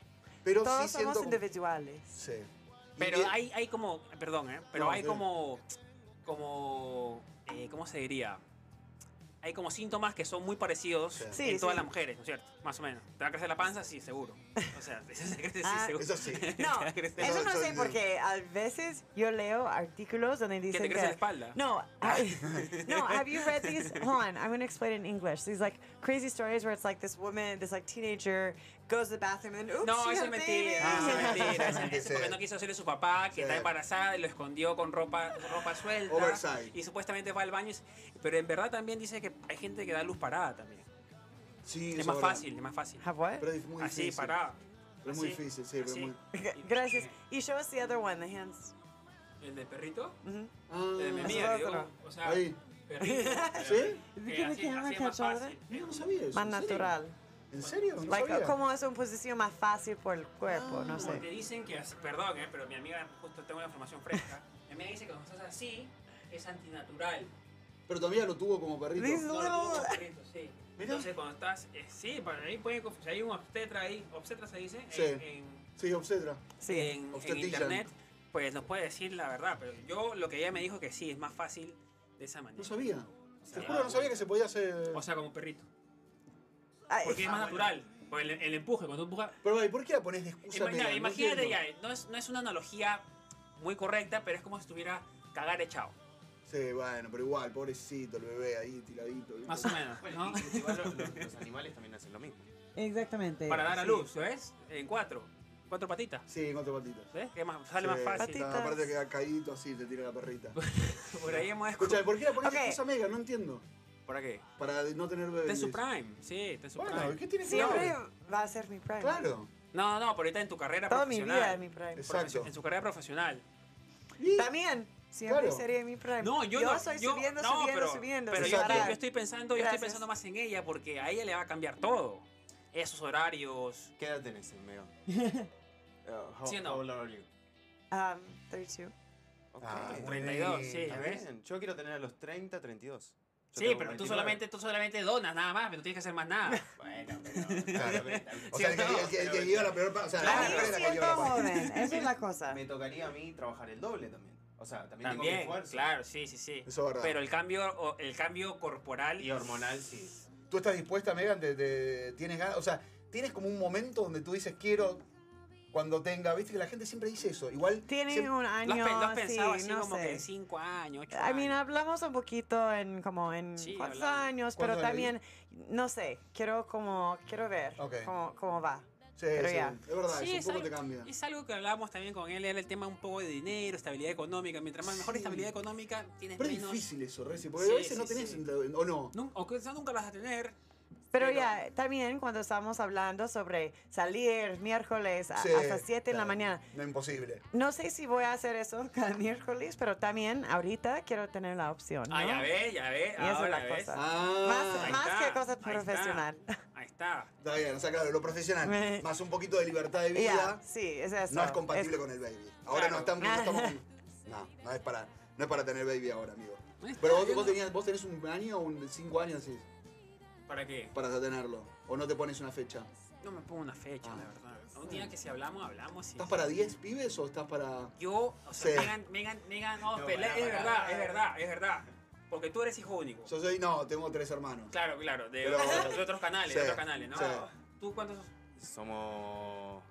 Pero Todos sí somos siento. como- individuales. Sí. Y Pero bien- hay, hay como, perdón, ¿eh? Pero No, hay sí. como, como, eh, ¿cómo se diría? Hay como síntomas que son muy parecidos Sí. Sí, en todas sí. las mujeres, ¿no es cierto? Más o menos. ¿Te va a crecer la panza? Sí, seguro. O sea, eso se crece, sí, Ah. seguro. Eso sí. Te No, va a crecer. Eso no Eso- sé eso- porque a veces yo leo artículos donde Que dicen te crece la espalda. No, I- no. Have you read these? Hold on, I'm gonna explain in English. These like crazy stories where it's like this woman, this like teenager, goes to the bathroom and oops, No, she eso had es a baby. mentira, Ah, eso es mentira. eso- sí. eso es porque no quiso hacerle su papá, que Sí. está embarazada, y lo escondió con ropa, ropa suelta. Oversize. Y supuestamente va al baño. y se- Pero en verdad también dice que hay gente que da luz parada también. Sí, Es eso más verdad. fácil, es más fácil. Have what? Pero es muy Así, difícil. parada. Pero es muy Así, difícil, sí, pero así. muy. G- Gracias. You show us the other one, the hands. ¿El de perrito? Mhm. Ah, El de mi Nosotros mía, digo, no. o sea, Ahí. perrito. ¿Sí? Que así, así es más fácil. Mira, no sabía eso. Más ¿en serio? natural. ¿En serio? No Like, sabía. como es una posición más fácil por el cuerpo, no Como te sé. dicen que así, perdón, eh, pero mi amiga, justo tengo una información fresca. Mi amiga dice que cuando estás así, es antinatural. Pero todavía lo tuvo como perrito. Dice- No, no, no, perrito, sí. Mira. Entonces cuando estás, eh, sí, para ahí puede, conf- si hay un obstetra ahí, obstetra se dice, Sí. en, en- Sí, obstetra. Sí. en- en Obstetrician. internet, pues nos puede decir la verdad, pero yo lo que ella me dijo que sí, es más fácil de esa manera. No sabía. Sí. Te juro, que no sabía que se podía hacer. O sea, como perrito. Ay, Porque es más natural. Porque el, el empuje, cuando tú empujas... Pero, ¿y por qué la pones de excusa? Ima- Megan? ya, No imagínate ya, eh, entiendo. no es, no es una analogía muy correcta, pero es como si estuviera cagar echado. Sí, bueno, pero igual, pobrecito, el bebé ahí tiradito. ¿viste? Más o menos, Bueno, ¿no? y- igual los, los- los animales también hacen lo mismo. Exactamente. Para dar a Sí. luz, ¿ves? En cuatro. Cuatro patitas. Sí, con cuatro patitas. ¿Ves? Que es más, sale Sí, más fácil. está- Patitas. Aparte queda caído así, te tira la perrita. Por ahí hemos Escucha, escuchado. ¿por qué la pones de Ok. excusa mega? No entiendo. ¿Para qué? Para no tener bebé. Está en su prime. Sí, está en su Bueno, prime. ¿qué tiene que Siempre ver? va a ser mi prime. Claro. No, no, pero ahorita en tu carrera Toda mi vida es profesional. mi prime. Es- Profe- Exacto. En su carrera profesional. Y- También, siempre Claro. sería mi prime. No, yo, no. soy yo- subiendo, no, subiendo, pero, subiendo. Pero sin yo, Exacto. parar. yo estoy pensando, yo Gracias. estoy pensando más en ella porque a ella le va a cambiar todo. Esos horarios. ¿Qué edad tenés, Megan? Uh, how, ¿Sí o no? how old are you? Um, 32. Ok. Ah, muy 32, bien. sí, Está ya ves. bien. Yo quiero tener a los 30, 32. Yo Sí, tengo pero tú 29. solamente, tú solamente donas nada más, pero no tienes que hacer más nada. Bueno, pero. Claro. O Sí, sea, el que, no, el que- el que pero- lleva la peor parte. O sea, la A mí carrera me que lleva siento la peor parte. joven, esa es la cosa. Me tocaría a mí trabajar el doble también. O sea, también, tengo mi También, esfuerzo. claro, sí, sí, sí. Eso es verdad. Pero el cambio, o- el cambio corporal Y hormonal, sí. ¿Tú estás dispuesta, Megan? Te, te- ¿Tienes ganas? O sea, ¿tienes como un momento donde tú dices quiero cuando tenga? ¿Viste que la gente siempre dice eso? Igual. Tiene siempre- un ¿Lo has, año, pe- lo has sí, pensado así no como que sé. en 5 años, 8 I mean, años? hablamos un poquito en como en Sí, cuántos hablamos. años, ¿Cuándo pero la vi? también, no sé, quiero como, quiero ver Ok. cómo, cómo va. Sí, Pero sí, ya. es verdad, Sí, eso es un poco algo- te cambia. Es algo que hablábamos también con él, era el tema un poco de dinero, estabilidad económica. Mientras más mejor Sí. estabilidad económica, tienes Pero es menos... difícil eso, Reci, porque Sí, a veces sí, no tenés, sí. en- o no. Nun- o quizás nunca las vas a tener. Pero Pero- ya, también cuando estábamos hablando sobre salir miércoles a- Sí, hasta 7 en la claro, mañana, No es imposible. no sé si voy a hacer eso cada miércoles, pero también ahorita quiero tener la opción. ¿no? Ah, ya ves, ya ves. Y esa es ahora la ves. cosa. Ah, Más, Ahí más está, que cosas ahí está. profesional. Ahí está. está bien, o sea, claro, lo profesional, Me- más un poquito de libertad de Ya, vida, sí, es eso. no es compatible Es- con el baby. Ahora no Claro. estamos, no estamos con- No, no es para, no es para tener baby ahora, amigo. Ahí está, Pero vos, yo vos no- tenías, vos tenés un año o un cinco años así, ¿Para qué? para tenerlo. O no te pones una fecha. No me pongo una fecha, Ah. la verdad. Un día que si hablamos, hablamos. y- ¿Estás para 10 pibes o estás para.? Yo, o sea, Sí. Megan, Megan, Megan, no, No, pelea- para, es para, verdad, eh. para. es verdad, es verdad. Porque tú eres hijo único. Yo soy. No, tengo tres hermanos. Claro, claro, de, Pero- de otros canales, Sí, de otros canales, ¿no? sí. ¿Tú cuántos? Somos.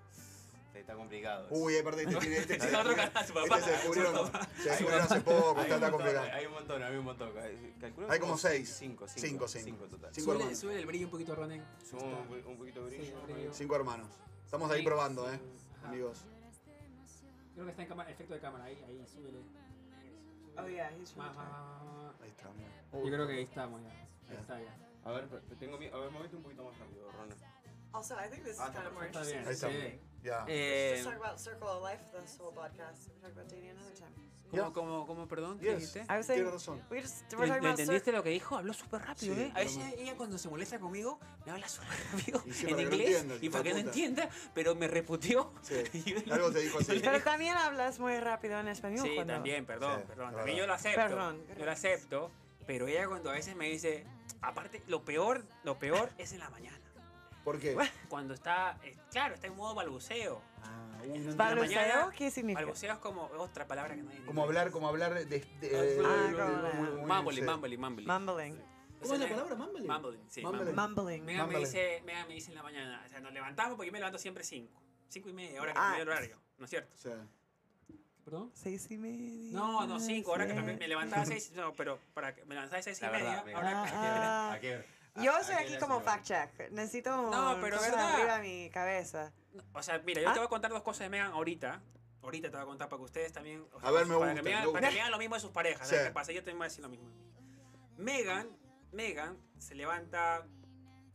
Está complicado. eso. Uy, aparte este tiene. Este, Es se, otro canal, su papá. este se descubrieron, Su papá. se descubrieron hace poco, Hay está un, tan montón, complicado. hay, hay un montón, hay un montón. Hay- calculo Hay que como somos seis. Cinco, cinco. Cinco, cinco. total. Cinco Sube, hermanos. sube el brillo un poquito, Ronen. Somos un, po- un poquito de Sí, brillo. brillo. Cinco hermanos. Estamos ahí probando, ¿eh? Ajá. Amigos. Creo que está en cámara, efecto de cámara, ahí, ahí, súbele. Eso, Oh, súbele. yeah, he's Más, más, retired. más, más, más. Ahí está, mira. Yo creo que ahí estamos ya. Ahí Ya. está ya. A ver, pero tengo miedo. A ver, movete un poquito más rápido, Rona. Also, I think this is Ah, kind of more está interesting. bien, Ahí está. than sí. dating. Ya. Let's Eh, just talk about circle of life this whole podcast. We talk about dating another time. ¿cómo, Ya. cómo, cómo, perdón? ¿Qué Yes. dijiste? I was saying Tienes razón. we just ¿Lo we're talking lo about circle. entendiste lo que dijo? Habló súper rápido, Sí, ¿eh? A veces pero- ella cuando se molesta conmigo, me habla súper rápido Y sí, en para que no inglés entiendas, y para que no puta. entienda, pero me reputió. Sí. Algo te dijo así. Pero también hablas muy rápido en español. Sí, cuando- también, perdón, Sí, perdón. la También verdad. yo lo acepto. Perdón. Yo lo acepto. Pero ella cuando a veces me dice, aparte, lo peor, lo peor es en la mañana. ¿Por qué? Cuando está, eh, claro, está en modo balbuceo. Ah, uy, no entiendo. ¿Balbuceo? mañana, ¿Qué significa? Balbuceo es como otra palabra que no hay. en Como inglés. hablar, como hablar de. de- Ah, de- como de- la- muy- muy- Mumbling, sí. mumbling, mumbling. Mumbling. ¿Cómo es la Entonces, palabra? Mumbling. Mumbling, sí, Mumbling. Mumbling. Mega me, Mándale. dice, Mega me dice en la mañana, o sea, nos levantamos porque yo me levanto siempre 5, 5 y media, ahora que Ah. cambié el horario, ¿no es cierto? Sí. ¿Perdón? Seis y media. No, no, 5, ahora que cambié, me siete. levantaba 6, no, pero para que me levantaba 6 y La media, verdad, Mega. ahora que- Ah, ah. ¿A qué? a- Yo a soy qué aquí le como hacen fact check. Necesito No, pero cosas verdad. arriba de mi cabeza. O sea, mira, yo Ah. te voy a contar dos cosas de Megan ahorita, ahorita te voy a contar para que ustedes también... o sea, A ver, me para gusta, Que Megan, me Para que gusta. Megan lo mismo de sus parejas, Sí. ¿sabes qué pasa? Yo también voy a decir lo mismo. Megan, Megan se levanta...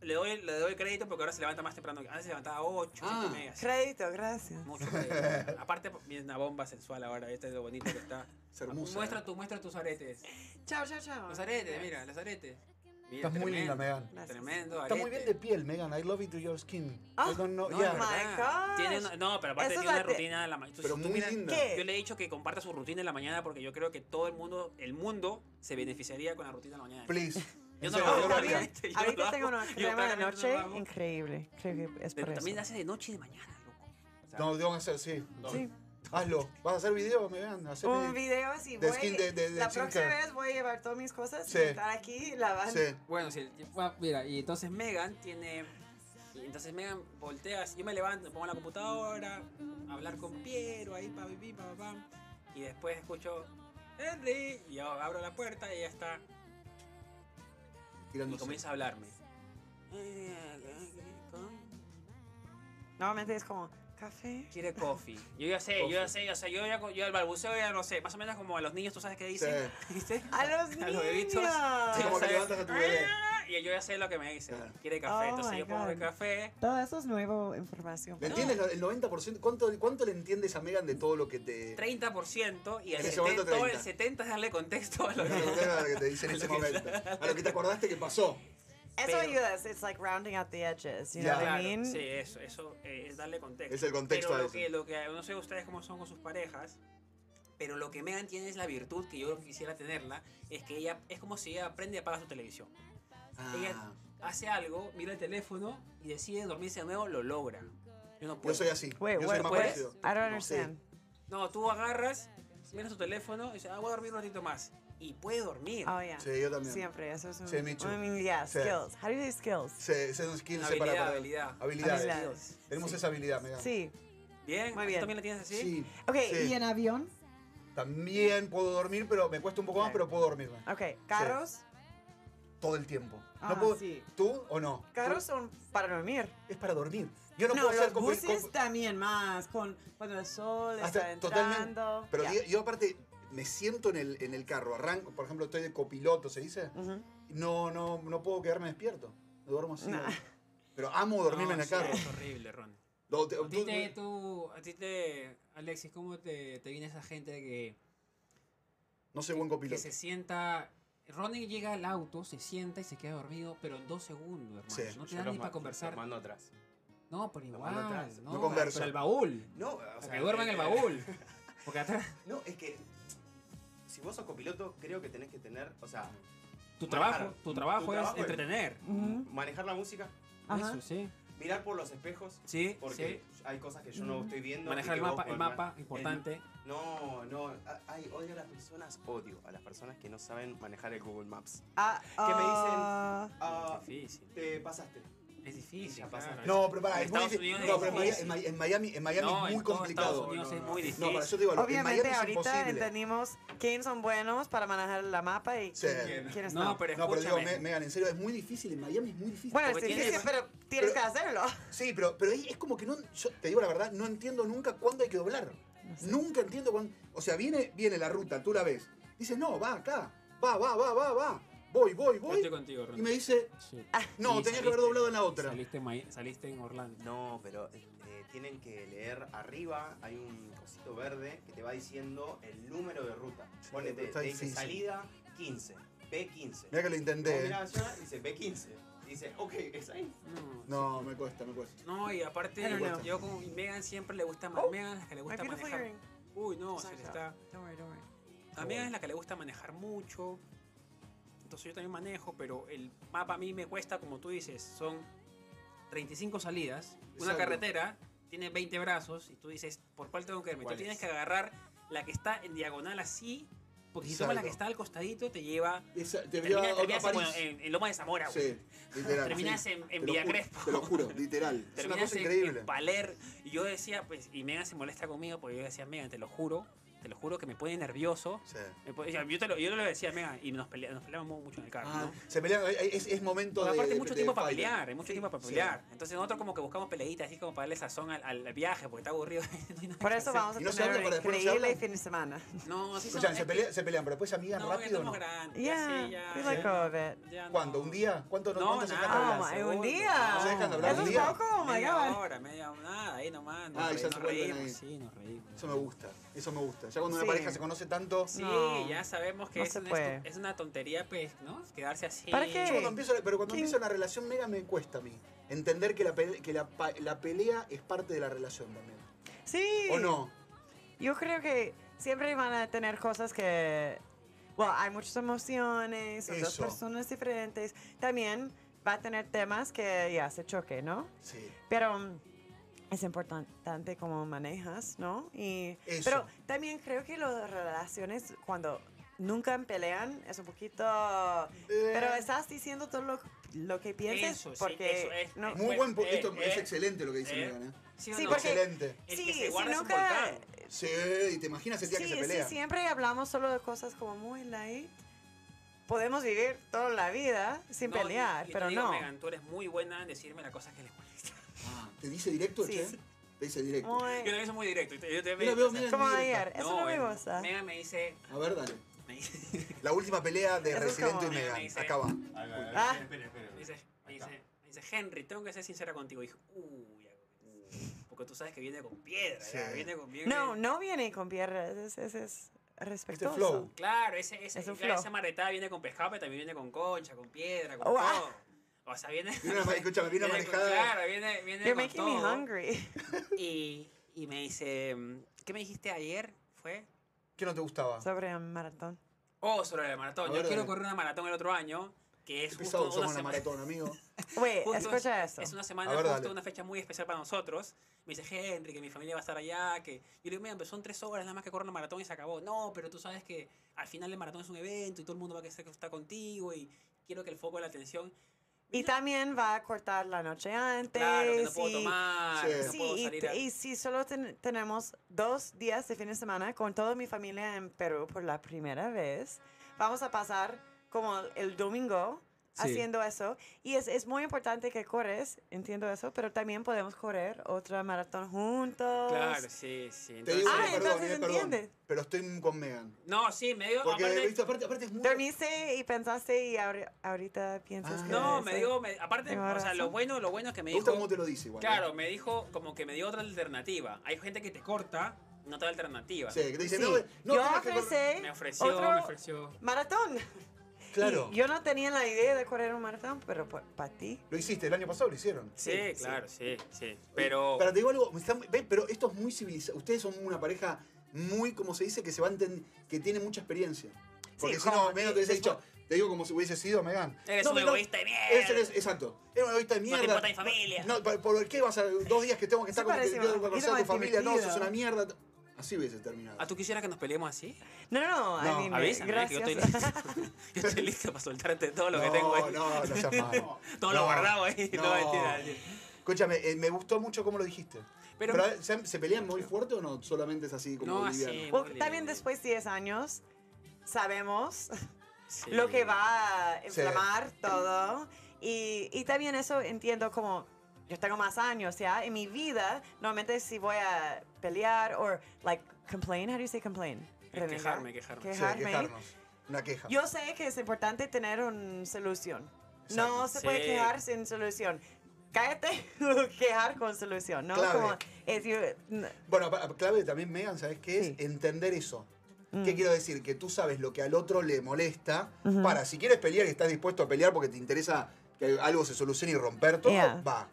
Le doy, le doy crédito porque ahora se levanta más temprano. que- Antes se levantaba 8, Ah. 7 y media. Crédito, gracias. Mucho crédito. Aparte, pues, viene una bomba sensual ahora. Este es lo bonito que está. Es hermosa. eh. Muestra, tu, muestra tus aretes. Chao, chao, chao. Los aretes, mira, los aretes. Mira, Estás muy linda, tremendo, Megan. Gracias. Tremendo, Está muy arete. bien de piel, Megan. I love you to your skin. Ah, I don't know- No, yeah. es verdad. my gosh. Tiene una- no, pero aparte Eso tiene una es la- rutina en la mañana. Pero muy linda. ¿Qué? Yo le he dicho que comparta su rutina en la mañana porque yo creo que todo el mundo, el mundo, se beneficiaría con la rutina en la mañana. Please. Yo En no serio, lo hago yo lo también. haría. Yo lo Ahorita hago. tengo una Yo crema de claramente no noche lo hago. increíble. Creo que es Pero por también la eso. hace de noche y de mañana, loco. No, tengo que hacer, sí. los- Sí. Hazlo. ¿Vas a hacer video, Megan? Haceme- Un video así. de voy- skin de- de- de la skin próxima care. vez voy a llevar todas mis cosas Sí. y estar aquí lavando. Sí. Bueno, si el- bueno, mira, y entonces Megan tiene. y entonces Megan voltea, así, yo me levanto, pongo la computadora, a hablar con Piero, ahí, pa, pipí, pa, pa, pam, y después escucho Henry, y yo abro la puerta y ella está, y Tirándose. comienza a hablarme. Eh, ¿con- Normalmente es como, ¿café? Quiere coffee. Yo ya sé, yo ya sé, o sea, yo ya, co- yo el balbuceo ya no sé, más o menos como a los niños, tú sabes qué dicen, ¿viste? ¡A los A niños! los bebitos. Es Ah, como que ¿sabes? levantas a tu bebé. ¡Ah! Ah. Y yo ya sé lo que me dicen, Claro. quiere café, Oh entonces my yo pongo el God. café. Todo eso es nuevo información. ¿Le entiendes lo- el 90%? ¿Cuánto, ¿Cuánto le entiendes a Megan de todo lo que te... 30% y el En ese 70, momento, todo 30. el 70 es darle contexto a lo que a lo que te dice en ese momento? A lo que te acordaste que pasó. Eso Pero- ayuda. It's like rounding out the edges. You Ya. know what Claro, I mean? sí, eso, eso eh, es darle contexto. Es el contexto Pero a lo eso. que, lo que, no sé ustedes cómo son con sus parejas, pero lo que Megan tiene es la virtud que yo quisiera tenerla, es que ella es como si ella aprende a apagar su televisión. Ah, Hace algo, mira el teléfono y decide dormirse de nuevo, lo logra. Yo no yo puedo. soy así. Wait, yo soy what- más what? parecido. I don't No sé. understand. No, tú agarras, miras tu teléfono y dices, ah, voy a dormir un ratito más. Y puede dormir. Oh, yeah. Sí, yo también. Siempre. Eso es un... Sí, me too. I mean, yeah, Sí. skills. How do you say skills? Se, se nos quiere habilidad, separar. habilidad. Habilidades. Habilidades. Tenemos esa habilidad, Megan. Sí. Bien, Muy ¿tú bien. también la tienes así? Sí. Ok, Sí. ¿y en avión? También puedo dormir, pero me cuesta un poco más, Claro. pero puedo dormirme. Ok, ¿carros? todo el tiempo. Ah, no puedo, sí. ¿Tú o no? Caros son para dormir. Es para dormir. Yo no, No, puedo los hacer compre- buses comp- también más, con cuando el sol Hasta está totalmente, entrando. Pero Ya. digo- yo aparte me siento en el, en el carro, arranco, por ejemplo, estoy de copiloto, ¿se dice? Ujú. No, no, no puedo quedarme despierto. Me duermo así. Pero amo dormirme en el sí, carro. Es horrible, Ron. No, te- A ti tú- te, tú, a ti te, Alexis, ¿cómo te, te viene esa gente que, no soy buen que copiloto. se sienta... Ronnie llega al auto, se sienta y se queda dormido, pero en dos segundos, hermano. Sí. no te Yo dan los ni ma- para conversar. los mando atrás. No, pero los igual. mando atrás. No, No conversan. Pero el baúl. No, o que duerma en el eh, baúl. Porque atrás. No, es que si vos sos copiloto, creo que tenés que tener, o sea, Tu Manejar. trabajo, tu trabajo Tu es trabajo es- entretener. Ujú. manejar la música, Ajá. Eso, sí. mirar por los espejos, Sí, porque hay cosas que yo no estoy sí. viendo. Manejar y el que vos mapa, el podés mapa, manejar. importante. El- no, no, a- ay, odio a las personas, odio a las personas que no saben manejar el Google Maps. Ah, me dicen? ah, Ah, Es difícil. te pasaste. Es difícil. Ya pasa. claro. No, pero pará, En es muy Estados difícil. Unidos No, pero en Maya- difícil. en Maya- en Miami, en Miami No, es muy en todo Estados complicado. Unidos es muy difícil. No, para yo te digo, algo, en Miami Obviamente es ahorita imposible. entendimos quiénes son buenos para manejar la mapa y Sí. quién- quiénes no. No, pero No, pero digo, escúchame. Me- Megan, en serio, es muy difícil. En Miami es muy difícil. Bueno, porque sí, tiene- sí, pero tienes pero- que hacerlo. Sí, pero, pero ahí es como que no. Yo te digo la verdad, no entiendo nunca cuándo hay que doblar. Nunca entiendo cuándo. O sea, viene, viene la ruta, tú la ves. Dices, no, va acá. Va, va, va, va, va. Voy, voy, Yo voy. estoy contigo, Y Ron. me dice, Sí. no, tenías Sí, que haber saliste. doblado en la otra. Saliste en, Maya- saliste en Orlando. No, pero eh, eh, tienen que leer arriba, hay un cosito verde que te va diciendo el número de ruta. Sí, Ponete, está te dice difícil. salida 15, B15. Mira que lo Vos intenté. ¿eh? mirás allá y dice B15. Y dice, ok, es ahí. No, No, me cuesta, me cuesta. No, y aparte, I don't know. yo con Megan siempre le gusta Oh. más. Megan es la que le My gusta beautiful manejar. earring. Uy, no, se Sorry, le sorry. está. Don't worry, don't worry. A Megan es la que le gusta manejar mucho. Entonces yo también manejo, pero el mapa a mí me cuesta, como tú dices, son 35 salidas. Una Exacto. carretera tiene 20 brazos y tú dices, ¿por cuál tengo que irme? Tú ¿Cuál es? tienes que agarrar la que está en diagonal así, porque si tomas la Exacto. que está al costadito te lleva... Esa- te lleva Terminas, a otra terminas en, bueno, París. en, en Loma de Zamora, güey. Sí, literal. Terminas sí. en, en Te lo Villa juro, Crespo. Te lo juro, literal. Es una Terminas cosa en, increíble. en Paler. Y yo decía, pues, y Megan se molesta conmigo porque yo decía, Megan, te lo juro, te lo juro que me pone nervioso. Sí. Me pone- o sea, Yo te lo, yo te lo decía a Megan y nos, pelea- nos peleábamos mucho en el carro. ¿no? Se pelean, es, es momento de. Porque aparte Ah, de- hay mucho de tiempo para fighting. pelear, hay mucho tiempo para Sí. pelear. Entonces nosotros como que buscamos peleitas así como para darle sazón al, al viaje porque está aburrido. no hay nada Por que eso hacer. vamos a Y no se tener habla, un pero después no se increíble habla. fin de semana. No, sí, Escuchan, son- se, pelea- se pelean, pero después amigan No, ya rápido. estamos ¿no? grandes. Yeah, Ya, sí, ya, we like ya, COVID. ya no. ¿Cuándo? ¿Un día? ¿Cuánto no, No, cuánto se nada. dejan de hablar? Oh, my- un segundo. día. No se dejan de hablar Eso un es día. poco, oh my media god. hora, media nada, ahí nomás. nos Ah, ya reí- se nos vuelven reímos, ahí. sí, nos reímos. Eso me gusta, eso me gusta. Ya cuando una Sí. pareja se conoce tanto. Sí, No, ya sabemos que no es, se una puede. estu- es una tontería, pues, ¿no? Quedarse así. ¿Para qué? Yo cuando empiezo, pero cuando ¿Quién? empiezo una relación mega me cuesta a mí. Entender que la pelea, que la, pa- la pelea es parte de la relación también. Sí. ¿O no? Yo creo que siempre van a tener cosas que. Bueno, hay muchas emociones, son dos Eso. personas diferentes. También va a tener temas que ya se choque, ¿no? Sí. Pero mm, es importante cómo manejas, ¿no? Y, Eso. Pero también creo que las relaciones cuando nunca pelean es un poquito... Pero Eh. estás diciendo todo lo, lo que piensas Eso, sí, porque... eso es- no- es- Muy buen. pu- Eh, esto es eh, excelente lo que dice eh. Megan, ¿eh? o Sí, no? porque- Excelente. El Sí, que se si guarda es un nunca- volcán. Sí, y te imaginas el día sí, que se sí, pelea. siempre hablamos solo de cosas como muy light. Podemos vivir toda la vida sin No, y- pelear, y te pero digo, no. Megan, tú eres muy buena en decirme las cosas que les molestan. Ah, ¿Te dice directo, Sí, che? sí. Te dice directo. Muy- Yo también soy muy directo. y te- Yo te Yo la veo o sea, media- como mierda. ayer, eso no, no, me el- gusta. Megan me dice. A ver, dale. Me dice. La última pelea de Eso es Residente y como- Megan. Me dice- Acá va. Este Ah. Espera, espera, Me espera. dice, me dice, me dice, Henry, tengo que ser sincera contigo. Y dije, uy, ya, uy, porque tú sabes que viene con piedra, Sí. ya, viene con piedra. No, no viene con piernas, ese es, Este respetuoso. flow. Claro, ese, ese, Es un claro, flow. esa maretada viene con pescado, pero también viene con concha, con piedra, con Uah. todo. O sea, Viene viene. una- escúchame, viene una viene con- manejada. Claro, viene, viene You're con making me todo. hungry. Y, y me dice, mm, ¿qué me dijiste ayer? ¿Fue? ¿Qué no te gustaba? Sobre un maratón. Oh, sobre la maratón. A Yo ver, quiero dale. correr una maratón el otro año, que es Qué justo pesado una, somos en la semana. maratón, amigo. Wait, Justo escucha eso. Es una semana, A ver, justo dale. una fecha muy especial para nosotros. Me dice Henry que mi familia va a estar allá, que yo le digo, mira, pero son tres horas nada más que correr una maratón y se acabó. No, pero tú sabes que al final el maratón es un evento y todo el mundo va a querer estar contigo y quiero que el foco de la atención... Y también va a cortar la noche antes. Claro, que no puedo y- tomar, Sí. que no sí, puedo y, salir a- y si solo ten- tenemos dos días de fin de semana con toda mi familia en Perú por la primera vez, vamos a pasar como el domingo haciendo eso. Y es, es muy importante que corres, entiendo eso, pero también podemos correr otra maratón juntos. Claro, sí, sí. Te Entonces, digo, Ah, una, perdón, entonces eh, perdón, entiendes. pero estoy con Megan. no, sí, me dio. Porque, aparte- viste, aparte, aparte es muy... Dormiste y pensaste y ahori- ahorita piensas Ah. que... no, es me el- dio. me- aparte, Tengo o sea, lo razón. bueno, lo bueno es que Me me dijo. gusta cómo te lo dice igual. ¿eh? Claro, me dijo como que me dio otra alternativa. Hay gente que te corta, no te da alternativa. ¿eh? Sí, que te dice, Sí. no, no, yo tenés que correr. ofrecí Me ofreció, otro me ofreció. maratón. Claro, Y yo no tenía la idea de correr un maratón, pero para ti. lo hiciste, el año pasado lo hicieron. Sí, claro, sí, sí. Pero. Pero te digo algo, me están- ve, pero esto es muy civilizado. Ustedes son una pareja muy, como se dice, que se va a enten- que tiene mucha experiencia. Porque si no, como- eh, Megan te hubiese dicho, te digo como si hubiese sido Megan. Eres no, un Megan, egoísta de mierda. ese eres- exacto. Eres un egoísta de no mierda. te importa mi familia. No, ¿por- ¿por qué vas a dos días que tengo que estar Sí, con parece yo tengo que un conocer a tu poquito familia? No, divertido. sos una mierda. Así hubiese terminado. ¿Ah, tú quisieras que nos peleemos así? No, No, no, I mean, Avísame, que gracias. yo estoy listo. yo estoy listo para soltarte todo lo que no, tengo ahí. no, no seas malo. todo lo no, guardado ahí. No, no. mentira, mentira. Escúchame, eh, me gustó mucho cómo lo dijiste. Pero, Pero, ¿se, se pelean muy fuerte o no? Solamente es así como No, así. liviano? Well, Muy también bien. después de 10 años sabemos sí. lo que va a Sí. inflamar todo. Y, y también eso entiendo como yo tengo más años ya en mi vida. Normalmente si voy a pelear o like complain, how do you say complain? Eh, Renegar. Quejarme, quejarme. Sí, quejarme. quejarnos. Una queja. Yo sé que es importante tener una solución. No Exacto. se puede Sí. quejar sin solución. Cállate, quejar con solución, ¿no? Clave. Como, if you- n- Bueno, pa- clave también, Megan, ¿sabes qué es? Sí. Entender eso. Mm. ¿Qué quiero decir? Que tú sabes lo que al otro le molesta. Para, si quieres pelear y estás dispuesto a pelear porque te interesa que algo se solucione y romper todo, Yeah. va.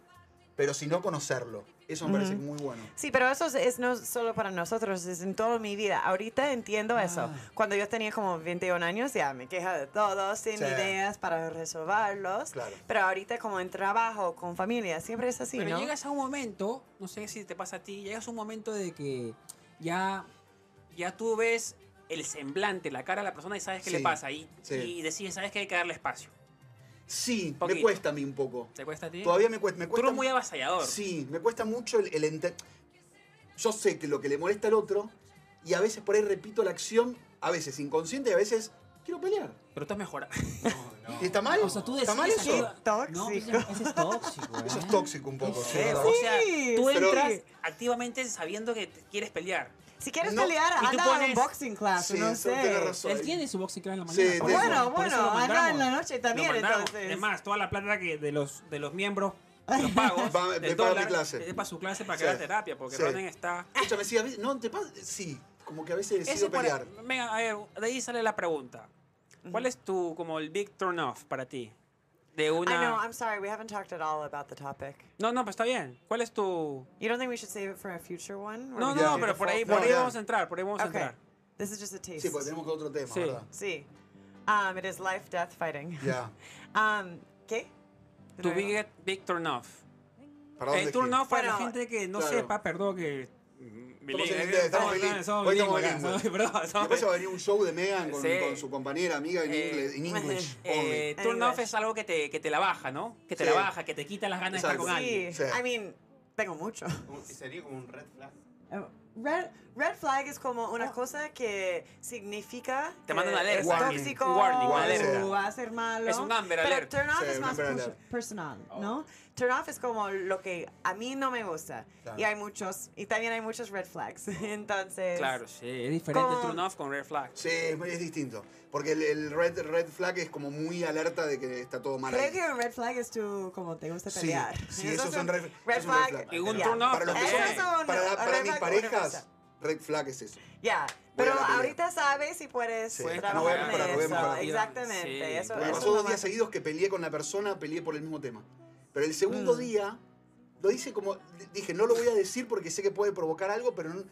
Pero si no, conocerlo. Eso me parece muy bueno. Sí, pero eso es, es no solo para nosotros, es en toda mi vida. Ahorita Ah. entiendo eso. Cuando yo tenía como 21 años, ya me queja de todo, sin Sí. ideas para resolverlos. Claro. Pero ahorita como en trabajo, con familia, siempre es así, Pero ¿no? llegas a un momento, no sé si te pasa a ti, llegas a un momento de que ya, ya tú ves el semblante, la cara de la persona y sabes qué Sí, le pasa. Y, sí. y decides, sabes que hay que darle espacio. Sí, me Poquito. cuesta a mí un poco. ¿Te cuesta a ti? Todavía me cuesta. Me Tú cuesta eres muy avasallador. Sí, me cuesta mucho el, el ente- Yo sé que lo que le molesta al otro, y a veces por ahí repito la acción, a veces inconsciente y a veces quiero pelear. Pero tú has mejorado. ¿Y ¿Está mal? O sea, tú ¿Está decides mal que- eso? No, pues Tóxico. eso es tóxico. Eso es ¿eh? tóxico un poco. sí, Sí, ¿verdad? O sea, tú Pero- entras activamente sabiendo que te quieres pelear. Si quieres No, pelear, y tú anda a un pones- boxing class, Sí, no eso sé. tenés razón. Él tiene su boxing club en la Sí, mañana. tiene por eso- Bueno, por eso bueno, lo anda mandamos. en la noche también, Lo mandamos. entonces. Es más, toda la plata que de los, de los miembros, los pagos, Va- del me paga mi dólar, clase. es para su clase para Sí. que haga terapia, porque Sí. Ronen está... Escúchame, sí, a veces, no, te pasa, sí, como que a veces Ese decido por- pelear. Venga, a ver, de ahí sale la pregunta. ¿Cuál es tu, como el big turn off para ti? De I know, una... I'm sorry, we haven't talked at all about the topic. No, no, pero está bien. ¿Cuál es tu...? You don't think we should save it for a future one? Or No, we no, Ya. no, can do pero the por full ahí, thing? por ahí No, ya. vamos a entrar, por ahí vamos a Okay. entrar. This is just a taste. Sí, porque tenemos que otro tema, Sí. ¿verdad? Sí. Um, it is life, death, fighting. Ya. Um, ¿Qué? Tu Luego. big, big turn off. ¿Para dónde El turn es que- off para la Bueno, gente que no claro. sepa, perdón que... en inglés, estamos bilingües. Hoy estamos bilingües. Después va a venir un show de Megan con, Sí. con su compañera, amiga, en Eh, inglés, en English. Eh, only. turn off English. es algo que te, que te la baja, ¿no? Que te Sí. la baja, que te quita las ganas de estar Exacto. con alguien. Sí. Sí. I mean, tengo mucho. Un- Sería como un red flag. Eh, Oh, Red, red flag es como una cosa que significa Te manda una que es alerta. Warning. tóxico Warning, una o alerta. va a ser malo. Es un Amber Pero Alert. turn off Sí, es un más Amber pers- Alert. Oh. personal, ¿no? Turn off es como lo que a mí no me gusta. Claro. Y hay muchos, y también hay muchos red flags. Entonces, Claro, sí, es diferente Con- turn off con red flag. Sí, es, es distinto. Porque el, el red, red flag es como muy alerta de que está todo mal creo ahí. que un red flag es tu, como te gusta Sí, pelear. sí, Eso esos es son un red- red es un red flag. flag. Y un ya. turn off Para, los que también. eh, Eso es son- un- para, un para mis red flag, una parejas, cosa. red flag es eso. Ya, Voy a pero la pelea. ahorita sabes si puedes Sí. Puedes trabajar trabajar en para eso. poder mejorar. Exactamente. Sí. Eso, Porque Me pasó eso es lo dos días más- seguidos que peleé con la persona, peleé por el mismo tema. Pero el segundo Mm. día, lo hice como. Dije, no lo voy a decir porque sé que puede provocar algo, pero no.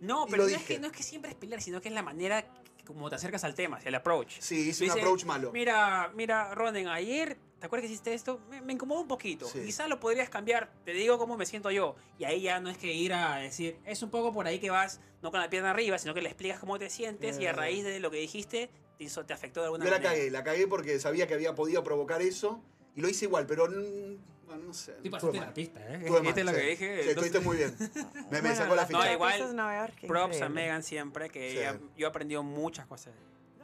No, Y pero lo no es, dije. que, no es que siempre es pelear, sino que es la manera que- como te acercas al tema, el approach. Sí, hice Tú un dices, approach malo. Mira, mira, Ronen, ayer, ¿te acuerdas que hiciste esto? Me, me incomodó un poquito. Sí. Quizás lo podrías cambiar, te digo cómo me siento yo. Y ahí ya no es que ir a decir, es un poco por ahí que vas, no con la pierna arriba, sino que le explicas cómo te sientes y a Mm. raíz de lo que dijiste, te, hizo, te afectó de alguna Yo la manera. cagué, la cagué porque sabía que había podido provocar eso y lo hice igual, pero. mm, Bueno, no sé. Tú estuve pasaste mal. la pista, ¿eh? Estuve mal, ¿Viste lo sí. que dije? Sí, Entonces- estuviste muy bien. Me, me Bueno, sacó la las No, ficha. igual, terapias en Nueva York, qué Props a increíble. Megan siempre, que Sí. ella- yo he aprendido muchas cosas.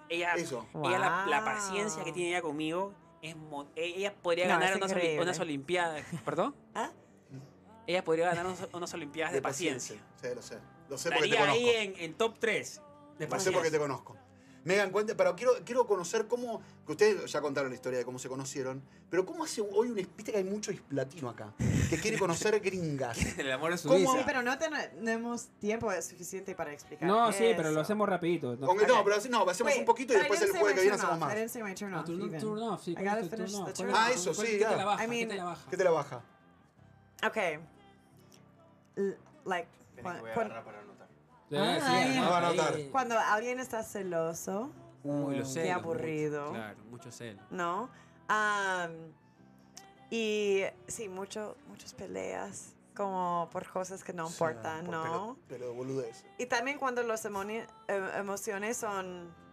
Ella, Eso. ella la, la Wow. paciencia que tiene ella conmigo es mo- e- ella podría No, ganar es unas, oli- increíble. unas Olimpiadas. ¿Perdón? eh. ¿Ah? Ella podría ganar unas, unas Olimpiadas de, paciencia. Sí, lo sé. Lo sé porque te Estaría conozco. ahí en, en top 3 de Lo sé paciencia. porque te conozco. Megan, cuente, pero quiero, quiero conocer cómo. Que ustedes ya contaron la historia de cómo se conocieron, pero cómo hace hoy un. Viste que hay mucho hisplatino acá, que quiere conocer gringas. El amor de su ¿Cómo? vida. Sí, pero no tenemos tiempo suficiente para explicar. No, sí, pero lo eso. hacemos rapidito. No, Aunque No, pero así no, hacemos Wait, un poquito y I después el didn't say jueves que my viene turn hacemos off. I más. didn't say my turn No, off, turn, even. turn off, sí. I ¿cuál gotta es tu turn off? finish the ¿Cuál es turn tu off. Ah, turn eso off? sí, ¿Qué te ya. la baja? I ¿Qué te mean- la baja? ¿Qué te la baja? Okay. L- like, Esperen cua- que voy a cuan- agarrar para anotar. Ya, sí, Ah, ya, ya. ya. Va a anotar. Eh, cuando alguien está celoso, Uy, lo sé. aburrido. Claro, mucho celo. ¿no? Am, y sí, mucho, muchas peleas, como por cosas que no importan, Por ¿no? pelo- Pero boludez. Y también cuando las emociones son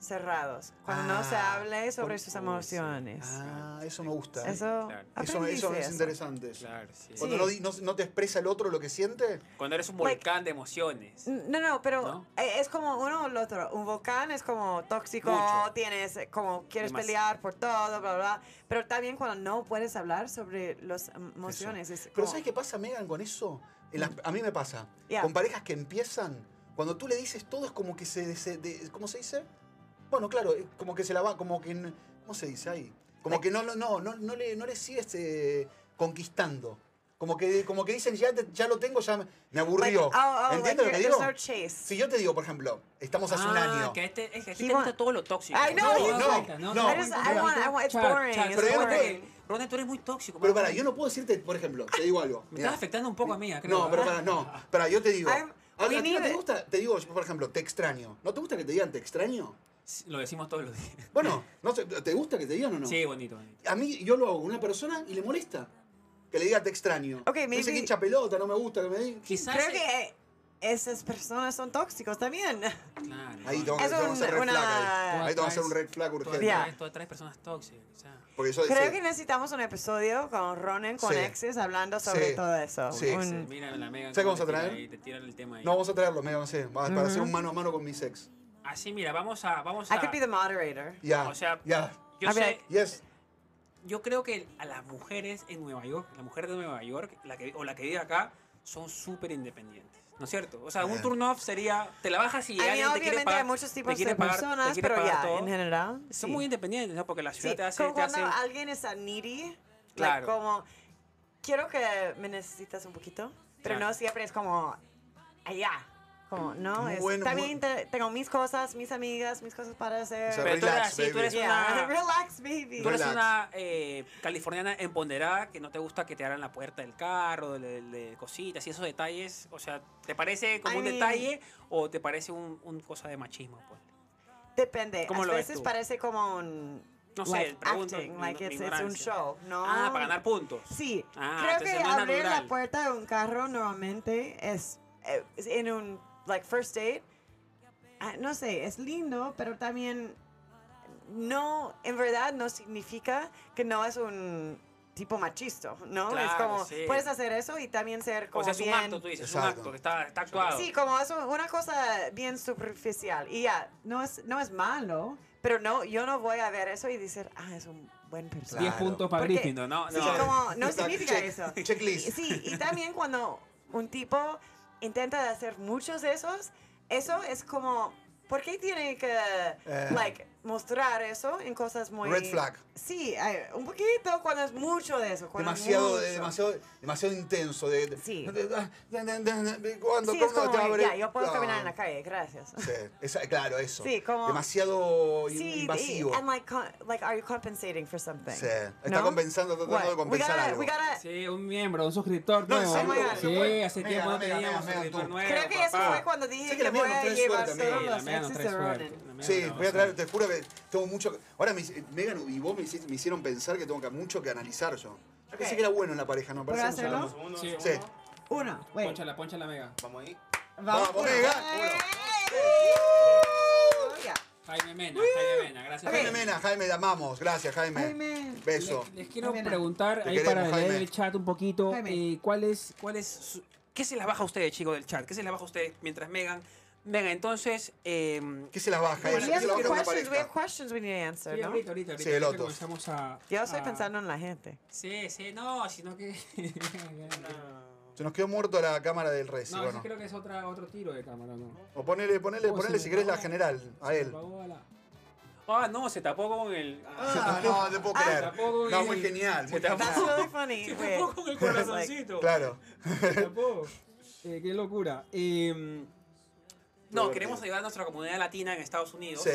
cerrados, cuando no se Ah, hable sobre por- sus uy, sí. emociones. Ah, eso me gusta. Eso, eso, claro. eso, aprendí es eso. interesante. eso. Claro, sí. Cuando no, di- no- no te expresa el otro lo que siente, Cuando eres un Like- volcán de emociones. No, no, pero ¿No? eh, es como uno o el otro. Un volcán es como tóxico, Mucho. tienes eh, como quieres Demasi- pelear por todo, bla, bla. Pero también cuando no puedes hablar sobre las emociones. es Pero como- ¿sabes qué pasa, Megan, con eso? En las- a mí me pasa. Mm. Ya. Con parejas que empiezan, cuando tú le dices todo es como que se... se- de- ¿Cómo se dice? Bueno, claro, eh, como que se la va, como que... n- ¿Cómo se dice ahí? Como que no, no, no, no, no le, no le sigues eh, conquistando. Como que, como que dicen, ya, te- ya lo tengo, ya me- me Like, aburrió. oh, oh, ¿Entiendes like, lo que there's digo? no chase. Si yo te digo, por ejemplo, estamos hace un Ah, año. Que este, es que a ti He te gusta want- todo lo tóxico. Ay, no, No, he- no, no. I just, I no. want, I want, it's Char- boring. Char, it's pero yo no Ronnie, boring. puedo- Ronnie, tú eres muy tóxico. Pero para para, yo no puedo decirte, por ejemplo, te digo algo. Me Mirá. estás afectando un poco a mí, Ah, creo. No, pero para, no. Para, yo te digo. I'm- ¿A, a we ti no need te it. gusta? Te digo, yo, por ejemplo, te extraño. ¿No te gusta que te digan te extraño? Lo decimos todos los días. Bueno, no sé, ¿te gusta que te digan o no? Sí, bonito, bonito. A mí, yo lo hago con una persona y le molesta. Que le diga te extraño. Ok, me dice maybe- que hincha pelota, no me gusta que me digan. Quizás. Creo eh, que eh, esas personas son tóxicos también. Claro. Ahí tengo que Es tengo que hacer un- red una- flag ahí. Ahí Tú tengo que hacer atraes- un red flag Tú urgente. Ya. atraes, tú atraes personas tóxicas, quizás. Porque yo Creo Pues sí. que necesitamos un episodio con Ronen, con Sí. exes, hablando sobre Sí. todo eso. Sí. Un- Sí, Mira la mega. ¿Sabes cómo cómo se te tira traen? ahí, Te tira el tema ahí. No, vamos a traerlo, me vamos a hacer, va- para Ujú. hacer un mano a mano con mi sex. Así, mira, vamos a. Vamos I a could be the moderator. Ya. O sea- ya. yo, a sé- ver. Yes. yo creo que a las mujeres en Nueva York, la mujer de Nueva York la que, o la que vive acá, son súper independientes. ¿No es cierto? O sea, un Eh. turn off sería. Te la bajas y A mí alguien te quiere obviamente pagar. hay muchos te tipos quiere de pagar- te personas, quiere pero pagar ya, todo. en general. Son sí. muy independientes, ¿no? Porque la ciudad Sí, te hace. como te cuando hace- alguien es a needy, like, Claro. como, quiero que me necesitas un poquito, pero Claro. no siempre es como, allá. Como, no, Muy es, Mm, bueno, también muy- te- tengo mis cosas, mis amigas, mis cosas para hacer. O sea, Pero tú eres Relax, así, tú baby. eres Yeah, una. relax, baby. Tú eres Relax. una eh, californiana empoderada que no te gusta que te abran la puerta del carro, de, de cositas y esos detalles. O sea, ¿te parece como I un mean- detalle o te parece un, un cosa de machismo? pues? Depende, ¿Cómo a lo ves veces tú? parece como un, No sé, like, pregunto. acting, mi- like, mi it's, it's un ignorancia. show, ¿no? Ah, para ganar puntos. Sí, Ah, creo entonces que no es abrir la natural. puerta de un carro normalmente es, eh, es en un like first date. ah, No sé, es lindo, pero también no, en verdad no significa que no es un tipo machista, ¿no? es Claro, como sí. puedes hacer eso y también ser como O sea, es un bien. acto, tú dices, es un Exacto. acto que está, está actuado. Sí, como es un- una cosa bien superficial y ya, no es no es malo, pero no yo no voy a ver eso y decir, "Ah, es un buen personaje." 10 Claro. puntos para Porque- Griffin. No, no, Sí, no. como no Exacto, significa check- eso. Checklist. Y- Sí, y también cuando un tipo intenta hacer muchos de esos, eso es como, ¿por qué tiene que, Eh. like, mostrar eso en cosas muy... Red flag. Sí, ay, un poquito cuando es mucho de eso. Cuando es demasiado, mucho. eh, demasiado, demasiado intenso. De, de- Sí. de- de- de- de- de- cuando, Sí, es cuando como, te abre- ya, yo puedo Ah, caminar en la calle, gracias. sí, esa- claro, eso. Sí, como- Demasiado in- Sí, invasivo. y- and like, co- like, are you compensating for something? Sí, está ¿No? compensando, tratando What? de compensar we gotta, algo. We gotta, Sí, un miembro, un suscriptor No, en nuevo. serio, no se sí, puede. hace Mega, tiempo no mega, mega, teníamos mega, suscriptor tú. Creo Creo nuevo, que eso papá. fue cuando dije Sé que que, la mía voy no a trae llevar suerte, solo amiga. los mía no exes trae de suerte, Ronan. la mía Sí, no trae voy a traer, suerte. te juro que tengo mucho. Ahora me, Megan y vos me, hici- me hicieron pensar que tengo que- mucho que analizar yo. Yo pensé Ok. que era bueno en la pareja, ¿no? ¿Puedo Parece que no hacerlo? Un segundo, un Sí. Sí. segundo. Uno, wait. Poncha la, poncha la mega. Vamos ahí. Vamos, uno. Vega. ¡Ey! Ya. Jaime Mena, Jaime Mena, gracias. Ok. Jaime Mena, Jaime, te amamos. Gracias, Jaime. Jaime. Beso. Les, les quiero Jaime. preguntar, Te ahí queremos, para leer Jaime. el chat un poquito, Jaime. eh, ¿cuál es ¿Cuál es su- ¿Qué se la baja a ustedes, chicos del chat? ¿Qué se la baja a ustedes mientras Megan Venga, entonces, eh, em, ¿Qué se las baja? esa? Bueno, We ¿Qué have se las baja una questions. We have pareja? questions we need to answer, sí, ¿no? ahorita, Sí, ahorita, ahorita, el ahorita otro. comenzamos a... Yo estoy a- Ah. pensando en la gente. Sí, sí, no, sino que... Se nos quedó muerto la cámara del res. No, bueno. ese creo que es otra, otro tiro de cámara, ¿no? O ponele, ponele, Oh, ponele se si me querés la apagó. general a Se él. apagó a la- Ah, no, se tapó con el... Ah, no, te puedo se creer. tapó con No, el- muy genial. muy Se tapó, That's really funny. se Wait. tapó con el corazoncito. Claro. Se tapó. Eh, qué locura. Eh, No, Em, queremos ayudar a nuestra comunidad latina en Estados Unidos. Sí.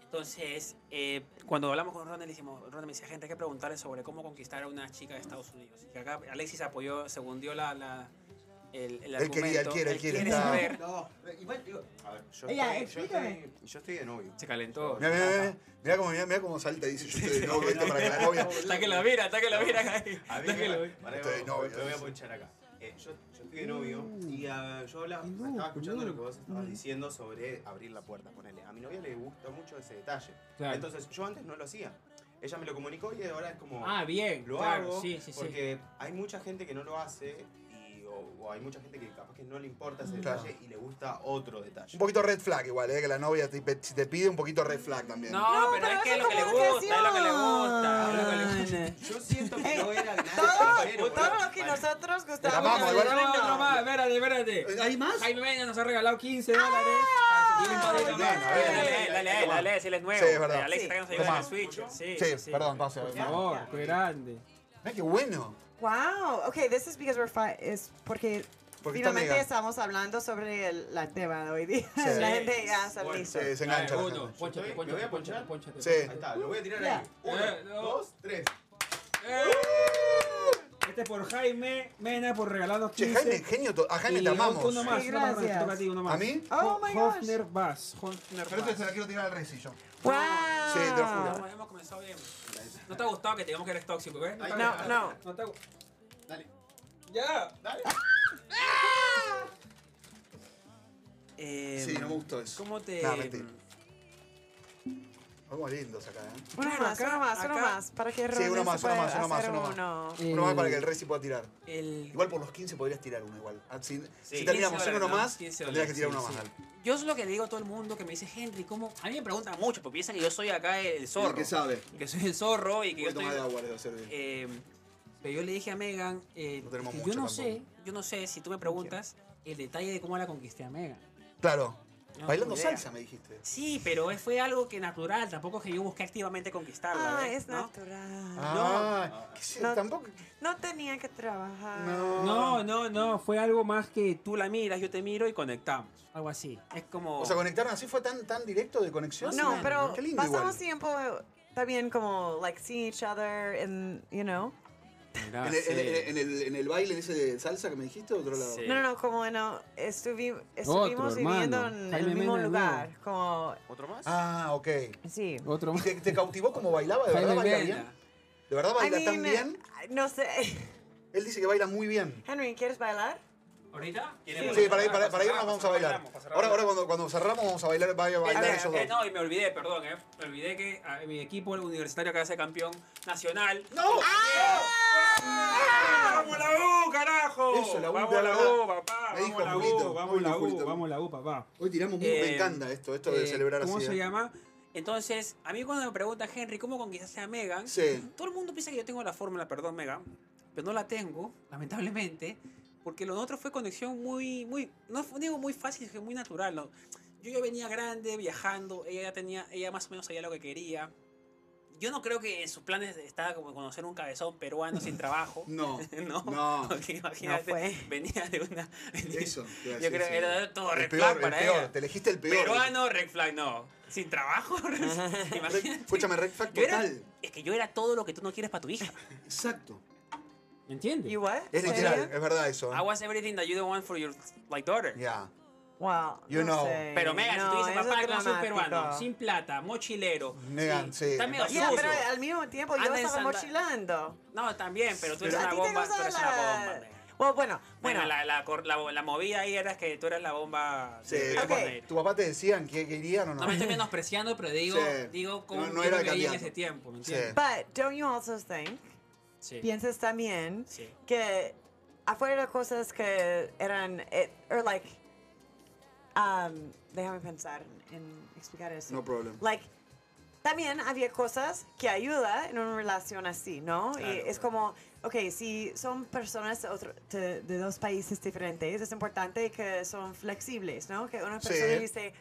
Entonces, eh, cuando hablamos con Ronald, le dijimos, Ronald me dice, gente, hay que preguntarle sobre cómo conquistar a una chica de Estados Unidos. Y acá Alexis apoyó, segundió la, la- el, el Él argumento. quería, él quiere, él quiere, está. saber. No, igual, digo, A ver, yo, Ella, estoy, yo, estoy, yo estoy de novio. Se calentó. Mira, mira, mira. Mira cómo, mirá- mirá cómo salta y dice: Yo estoy de novio, vete para acá, novia. Está que la mira, está que la mira. A Está mí Ah, que me- la mira. pará, Estoy de me- novio, me voy a dice. ponchar acá. Eh, yo, yo estoy de novio y ah, yo hablaba, No, estaba escuchando no. lo que vos estabas diciendo sobre abrir la puerta, ponele. A mi novia le gusta mucho ese detalle. claro. Entonces, yo antes no lo hacía. Ella me lo comunicó y ahora es como... Ah, bien. lo claro, hago Sí, sí, sí. porque hay mucha gente que no lo hace y, o, o hay mucha gente que capaz que no le importa ese Claro. detalle y le gusta otro detalle. Un poquito red flag igual, ¿eh? Que la novia te, pe- si te pide un poquito red flag también. No, pero, pero es que es eso lo que le como gusta, es lo que le gusta. es lo que le Ah. gusta. vacaciones. Yo siento que no era nada sincero, Todo, boludo. todo lo que Vale. nosotros La gustamos. vamos, de igual. la No, gente. no más, espérate, Eh, espérate. ¿hay más? Jaime Vega nos ha regalado 15 dólares. Y un Ah, poquito más. bueno, a ver, Dale, a dale, dale, dale, si él es nuevo. Sí, es verdad. Alexis está que nos ayuda en Toma. el Switch. Sí, Sí, perdón, pase. Por favor, qué grande. Mirá qué bueno. Wow. Okay, this is because we're fi es porque, Porque está finalmente mega. estamos hablando sobre el la tema de hoy día. Sí. La gente ya está Bueno, lista. ah, Se, se engancha. la Dale, uno, gente. pues, ponchate, Yo estoy- ponchate, ¿me voy a ponchate, ponchar? ponchate, Sí. Ahí está, lo voy a tirar ahí. Uno, Eh, no. dos, tres. Eh, ponchate. Este es por Jaime Mena por regalarnos 15. Che, Jaime, genio. to- A Jaime Y te amamos. Uno más, Sí, uno más, te gracias. toca a ti, uno más. ¿A mí? Oh my gosh. Hofner Bass. Hofner Pero este se Bass. la quiero tirar al resillo. Wow. Sí, te lo juro. Hemos- Hemos comenzado bien. No te ha gustado que te digamos que eres tóxico, eh? ¿ves? No, te ha No, gustado. no. No te- Dale, ¡Ya! dale. Eh, Sí, no me gustó eso. ¿Cómo te.? No, mentira. Vamos lindos acá, ¿eh? Uno Claro, más, acá- uno más, uno acá- más. Para que uno Ronald más, se uno pueda más, uno más, hacer uno más. uno. Uno más para que el Eh, Resi pueda tirar. el- Igual por los 15 podrías tirar uno igual. Ah, Si, Sí, si terminamos 15 en uno dólares, más, ¿no? 15 tendrías que tirar uno dólares, más. sí, al- Yo es lo que le digo a todo el mundo que me dice, Henry, ¿cómo? A mí me preguntan mucho, porque piensan que yo soy acá el zorro. que sabe. Que soy el zorro y que Voy yo a tomar estoy- agua, le voy a servir. Eh, pero yo le dije a Megan, eh, No tenemos que yo mucho no tampoco. sé, yo no sé si tú me preguntas el detalle de cómo la conquisté a Megan. Claro. No Bailando tengo idea. salsa, me dijiste. Sí, pero es- fue algo que natural, tampoco es que yo busqué activamente conquistarla. Ah, ¿ves? es ¿No? natural. Ah, qué sé, No. tampoco. No tenía que trabajar. No. No, no, no, fue algo más que tú la miras, yo te miro y conectamos. Algo así. Es como. O sea, conectaron así fue tan, tan directo de conexión. No, Sí, pero Qué lindo igual. pasamos tiempo también como like seeing each other and you know. Mirá, En el, Ah, sí. en, el, en, el, en el baile ese de salsa que me dijiste, otro lado. Sí. No, no, no, como no, estuvi- estuvimos viviendo hermano. en Jaime el mismo Mena de lugar, nuevo. como ¿Otro más? Ah, ok. sí. Otro ¿Y más. ¿Te, te cautivó como bailaba? ¿De verdad Jaime baila Mena. bien? ¿De verdad baila I tan mean, bien? No sé. Él dice que baila muy bien. Henry, ¿quieres bailar? ¿Ahorita? Sí, para, para, para irnos vamos a bailar. Ahora, ahora cuando, cuando cerramos vamos a bailar, vaya a Eh, bailar eh, ellos eh, dos. no, y me olvidé, perdón, eh. Me olvidé que ah, mi equipo universitario acaba de ser campeón nacional. ¡No! Ah. ¡Vamos la U, carajo! Eso, la U, ¡Vamos de la verdad. U, papá! Me ¡Vamos dijo la Julito, U, vamos la Julito, Julito. U, vamos la U, papá! Hoy tiramos mucho. Eh, Me encanta esto, esto de Eh, celebrar ¿Cómo así. se eh. llama? Entonces, a mí cuando me pregunta Henry, ¿cómo conquistaste a Megan? Sí. Todo el mundo piensa que yo tengo la fórmula, perdón, Megan, pero no la tengo, lamentablemente, porque lo otro fue conexión muy, muy, no fu- digo muy fácil, sino muy natural. ¿no? Yo ya venía grande, viajando, ella ya tenía, ella más o menos sabía lo que quería. Yo no creo que en sus planes estaba como conocer un cabezón peruano sin trabajo. No. No, No. porque imagínate, fue. venía de una. venía- Eso. te iba a decir, yo creo sí. que era todo El red peor, flag el para peor. ella. Te elegiste el peor. Peruano, red flag, no. Sin trabajo, imagínate. Escúchame, red flag Yo era- total. es que yo era todo lo que tú no quieres para tu hija. Exacto. ¿Entiendes? You what? Es ¿Serio? literal, es verdad eso. ¿eh? I was everything that you don't want for your like daughter. Ya. Wow. You no know. sé. Pero Megan, si No, tú dices eso es papá con un dramático. peruano, sin plata, mochilero. Megan, sí. Está medio Ya, sucio. pero al mismo tiempo yo Anda en estaba sandal- mochilando. No, también, pero tú eres ¿A una ti te bomba. Tú gusta eres una la- bomba. Megan. Bueno, bueno, Bueno, bueno. la, la, cor- la, la movida ahí era que tú eras la bomba. Sí, de- tu, Ok. papá, Eh, tu papá te decían que querían o no. No me estoy menospreciando, pero digo, Sí. digo cómo No- no yo era me veía en cambiando. ese tiempo, ¿me Sí. entiendes? But don't you also think, Sí. piensas también sí. que afuera de cosas que eran, eh, or like, um, déjame pensar en explicar eso. No problem. Like, también había cosas que ayuda en una relación así, ¿no? Y Claro. es como, ok, si son personas de, otro- de- de dos países diferentes, es importante que son flexibles, ¿no? Que una Sí. persona dice,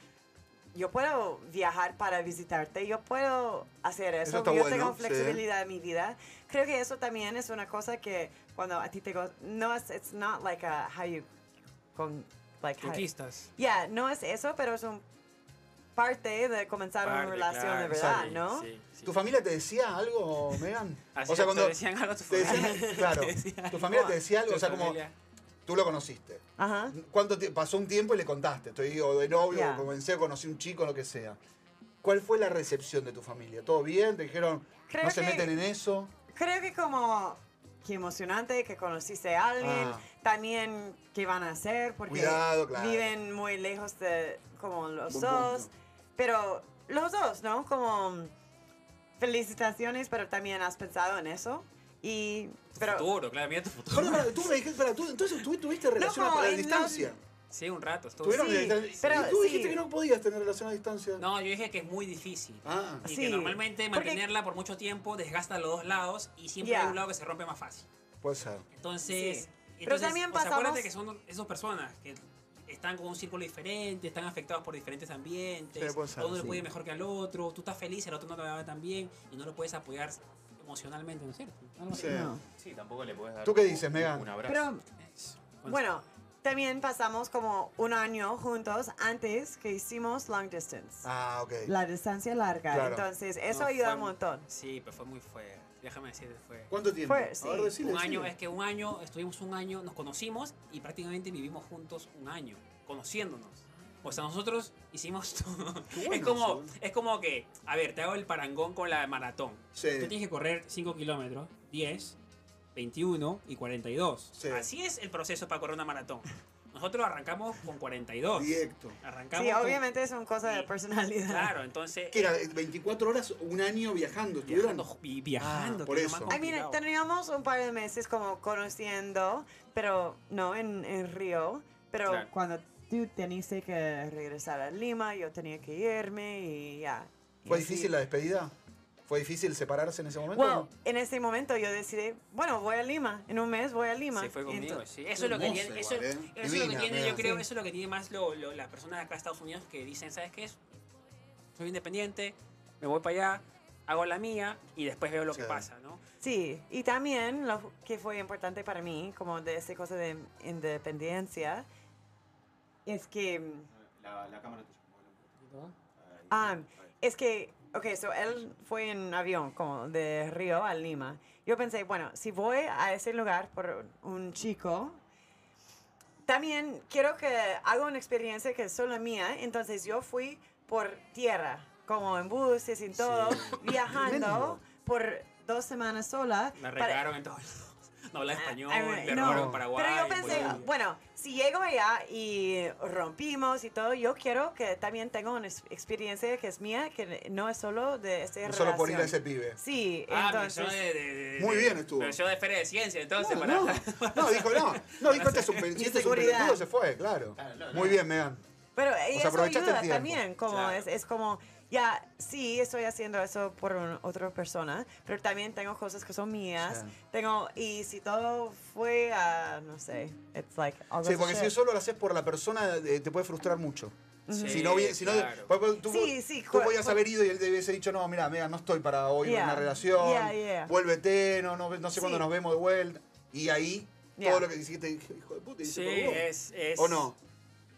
yo puedo viajar para visitarte, yo puedo hacer eso, Eso está yo bueno, tengo sí. flexibilidad en mi vida. Creo que eso también es una cosa que cuando a ti te gusta, no es, it's not like a, how you, con, like how- Conquistas. ya, no es eso, pero es un parte de comenzar una Parte, relación claro, de verdad, sí, ¿no? sí, sí. ¿Tu familia te decía algo, Megan? Así O sea, cuando te decían algo a tu te familia. decían, claro, Te decían tu familia te decía algo, tu o sea, como familia. tú lo conociste. Ajá. ¿Cuánto tie- pasó un tiempo y le contaste? Estoy o de novio, Ya. o comencé, conocí un chico, lo que sea. ¿Cuál fue la recepción de tu familia? ¿Todo bien? ¿Te dijeron, Creo no se que- meten en eso? Creo que como que emocionante que conociste a alguien, Ah. también qué van a hacer porque Cuidado, claro. viven muy lejos de como los Buen dos, punto. pero los dos, ¿no? Como mm, felicitaciones, pero también has pensado en eso y pero Futuro, claro, mira tu futuro. Pará, pará, tú me dijiste, pará, tú, entonces tú tuviste relación como a la en distancia. Sí, un rato. estuvo- Tuvieron Sí, relación- y pero tú sí. dijiste que no podías tener relación a distancia. No, yo dije que es muy difícil. Ah, Y Sí, que normalmente porque- mantenerla por mucho tiempo desgasta los dos lados y siempre Ya. hay un lado que se rompe más fácil. puede ser. Entonces, Sí. entonces Pero también o sea, acuérdate pasamos- que son esas personas que están con un círculo diferente, están afectados por diferentes ambientes, Sí, puede ser, a uno le sí. puede ir mejor que al otro, tú estás feliz, el otro no te va tan bien y no lo puedes apoyar emocionalmente, ¿no es cierto? Algo así. Sí. no. Sí, tampoco le puedes dar. ¿Tú qué un- dices, Megan? Un abrazo. Pero Con- Bueno, también pasamos como un año juntos antes que hicimos long distance. Ah, ok. La distancia larga. Claro. Entonces, eso No, ayuda fue- un montón. Sí, pero fue muy fuerte. Déjame decirte, fue ¿Cuánto tiempo? Fue, sí. A ver, decile, un año, decile. es que un año, estuvimos un año, nos conocimos y prácticamente vivimos juntos un año, conociéndonos. O sea, nosotros hicimos todo. Qué bueno es, como, eso, ¿eh? es como que, a ver, te hago el parangón con la maratón. Tú Sí. tienes que correr 5 kilómetros, 10, 21 y 42. Sí. Así es el proceso para correr una maratón. Nosotros arrancamos con 42. Directo. Arrancamos Sí, con- obviamente es una cosa de Sí. personalidad. Claro, entonces... eh, Que era 24 horas, un año viajando, estuvieron. Viajando, vi- viajando, Ah, por que es lo eso. más I mean, complicado. teníamos un par de meses como conociendo, pero no en, en Río. Pero Claro. cuando tú teniste que regresar a Lima, yo tenía que irme y ya. Y ¿Fue así. difícil la despedida? ¿Fue difícil separarse en ese momento? Well, en ese momento yo decidí, bueno, voy a Lima. En un mes voy a Lima. Se fue Y conmigo, ento- sí. Eso es lo que hermosa tiene, eso, igual, ¿eh? eso es lo que Divina, tiene mira. yo creo, Sí. eso es lo que tiene más lo- lo- las personas de acá de Estados Unidos que dicen, ¿sabes qué? Soy independiente, me voy para allá, hago la mía y después veo lo que Sí. pasa, ¿no? Sí, y también lo que fue importante para mí, como de esa cosa de independencia, es que, La, la cámara tuya. Ahí, Ah, ahí. es que, ok, so él fue en avión, como de Río a Lima. Yo pensé, bueno, si voy a ese lugar por un chico, también quiero que haga una experiencia que es solo mía, entonces yo fui por tierra, como en buses y todo, viajando Tremendo. por dos semanas sola. La para- regaron en todos lados. No hablaba español, Ah, ah, le no, robaron en Paraguay. Pero yo en pensé, Bolivia. bueno, si llego allá y rompimos y todo, yo quiero que también tenga una ex- experiencia que es mía, que no es solo de esta No relación. solo por ir a ese pibe. Sí, Ah, pero entonces... yo de, de- de- Muy de- bien estuvo. Pero yo de Feria de Ciencia, entonces, No, para... no. No, dijo no. No, dijo este es un pe- si este es un Inseguridad. pelotudo, se fue, claro. Claro, no, Muy no. bien, Megan. Pero eh, sea, eso aprovechaste el ayuda tiempo. también, como Claro. es, es como, ya, sí, estoy haciendo eso por un- otra persona, pero también tengo cosas que son mías, Sí. tengo, y si todo fue a, no sé, it's like... all Sí, this porque si shit. solo lo haces por la persona, eh, te puede frustrar mucho. Sí, si no, vi- si no claro. pues, pues, tú, Sí, sí, tú cu- podías cu- haber ido y él te hubiese dicho, no, mira, Megan, no estoy para hoy en Yeah. una relación, Yeah, yeah. vuélvete, no, no, no sé Sí. cuándo nos vemos de vuelta. Y ahí, Yeah. todo lo que dijiste, hijo de puta, y Sí, se colgó. es, es... ¿O no?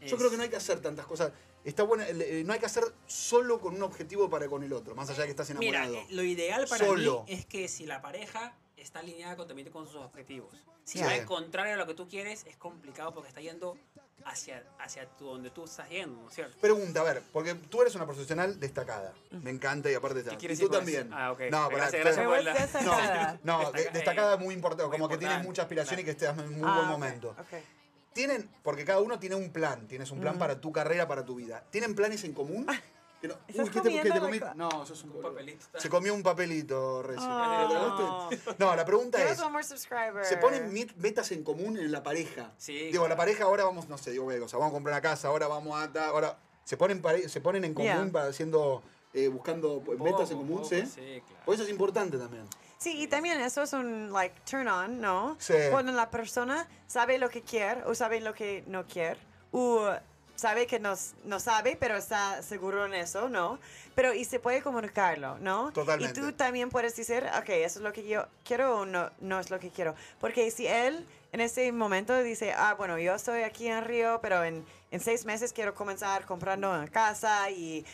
Yo es- creo que no hay que hacer tantas cosas. Está bueno, el- eh, no hay que hacer solo con un objetivo para con el otro, más allá de que estás Mira, enamorado. eh, lo ideal para Solo. mí es que si la pareja está alineada con, también con sus objetivos. Si Sí. va al contrario a lo que tú quieres, es complicado porque está yendo hacia, hacia tu- donde tú estás yendo, ¿no es cierto? Pregunta, a ver, porque tú eres una profesional destacada. Me encanta y aparte ¿Qué tal. Y quieres tú decir con eso? también. Ah, ok. No, pará, gracias, espera. gracias por Pero la... es destacada. No, de- Destaca- destacada eh, muy importante, muy como que tienes importante, muchas aspiraciones y que estás en un muy Ah, buen ok, momento. ok. Mm. Tienen, porque cada uno tiene un plan, tienes un plan para tu carrera, para tu vida. ¿Tienen planes en común? Que no- Ah, ¿Estás Uy, ¿qué te, qué te comiendo comí? la- No, sos un Un boludo. papelito. Se comió un papelito recién. Oh. ¿Lo tragaste? No, la pregunta Give es, us one more subscriber. ¿se ponen mit- metas en común en la pareja? Sí. Digo, la pareja ahora vamos, no sé, digo, o sea, vamos a comprar una casa, ahora vamos a... ta- Ahora, ¿se ponen, pare- se ponen en común Yeah. para haciendo, eh, buscando un poco, metas en un común? poco, sí. Sí, claro. Por eso es importante también. Sí, y también eso es un like turn on, ¿no? Sí. Cuando la persona sabe lo que quiere o sabe lo que no quiere o sabe que no, no sabe, pero está seguro en eso, ¿no? Pero y se puede comunicarlo, ¿no? Totalmente. Y tú también puedes decir, ok, eso es lo que yo quiero o no, no es lo que quiero. Porque si él en ese momento dice, ah, bueno, yo estoy aquí en Río, pero en, en seis meses quiero comenzar comprando una casa y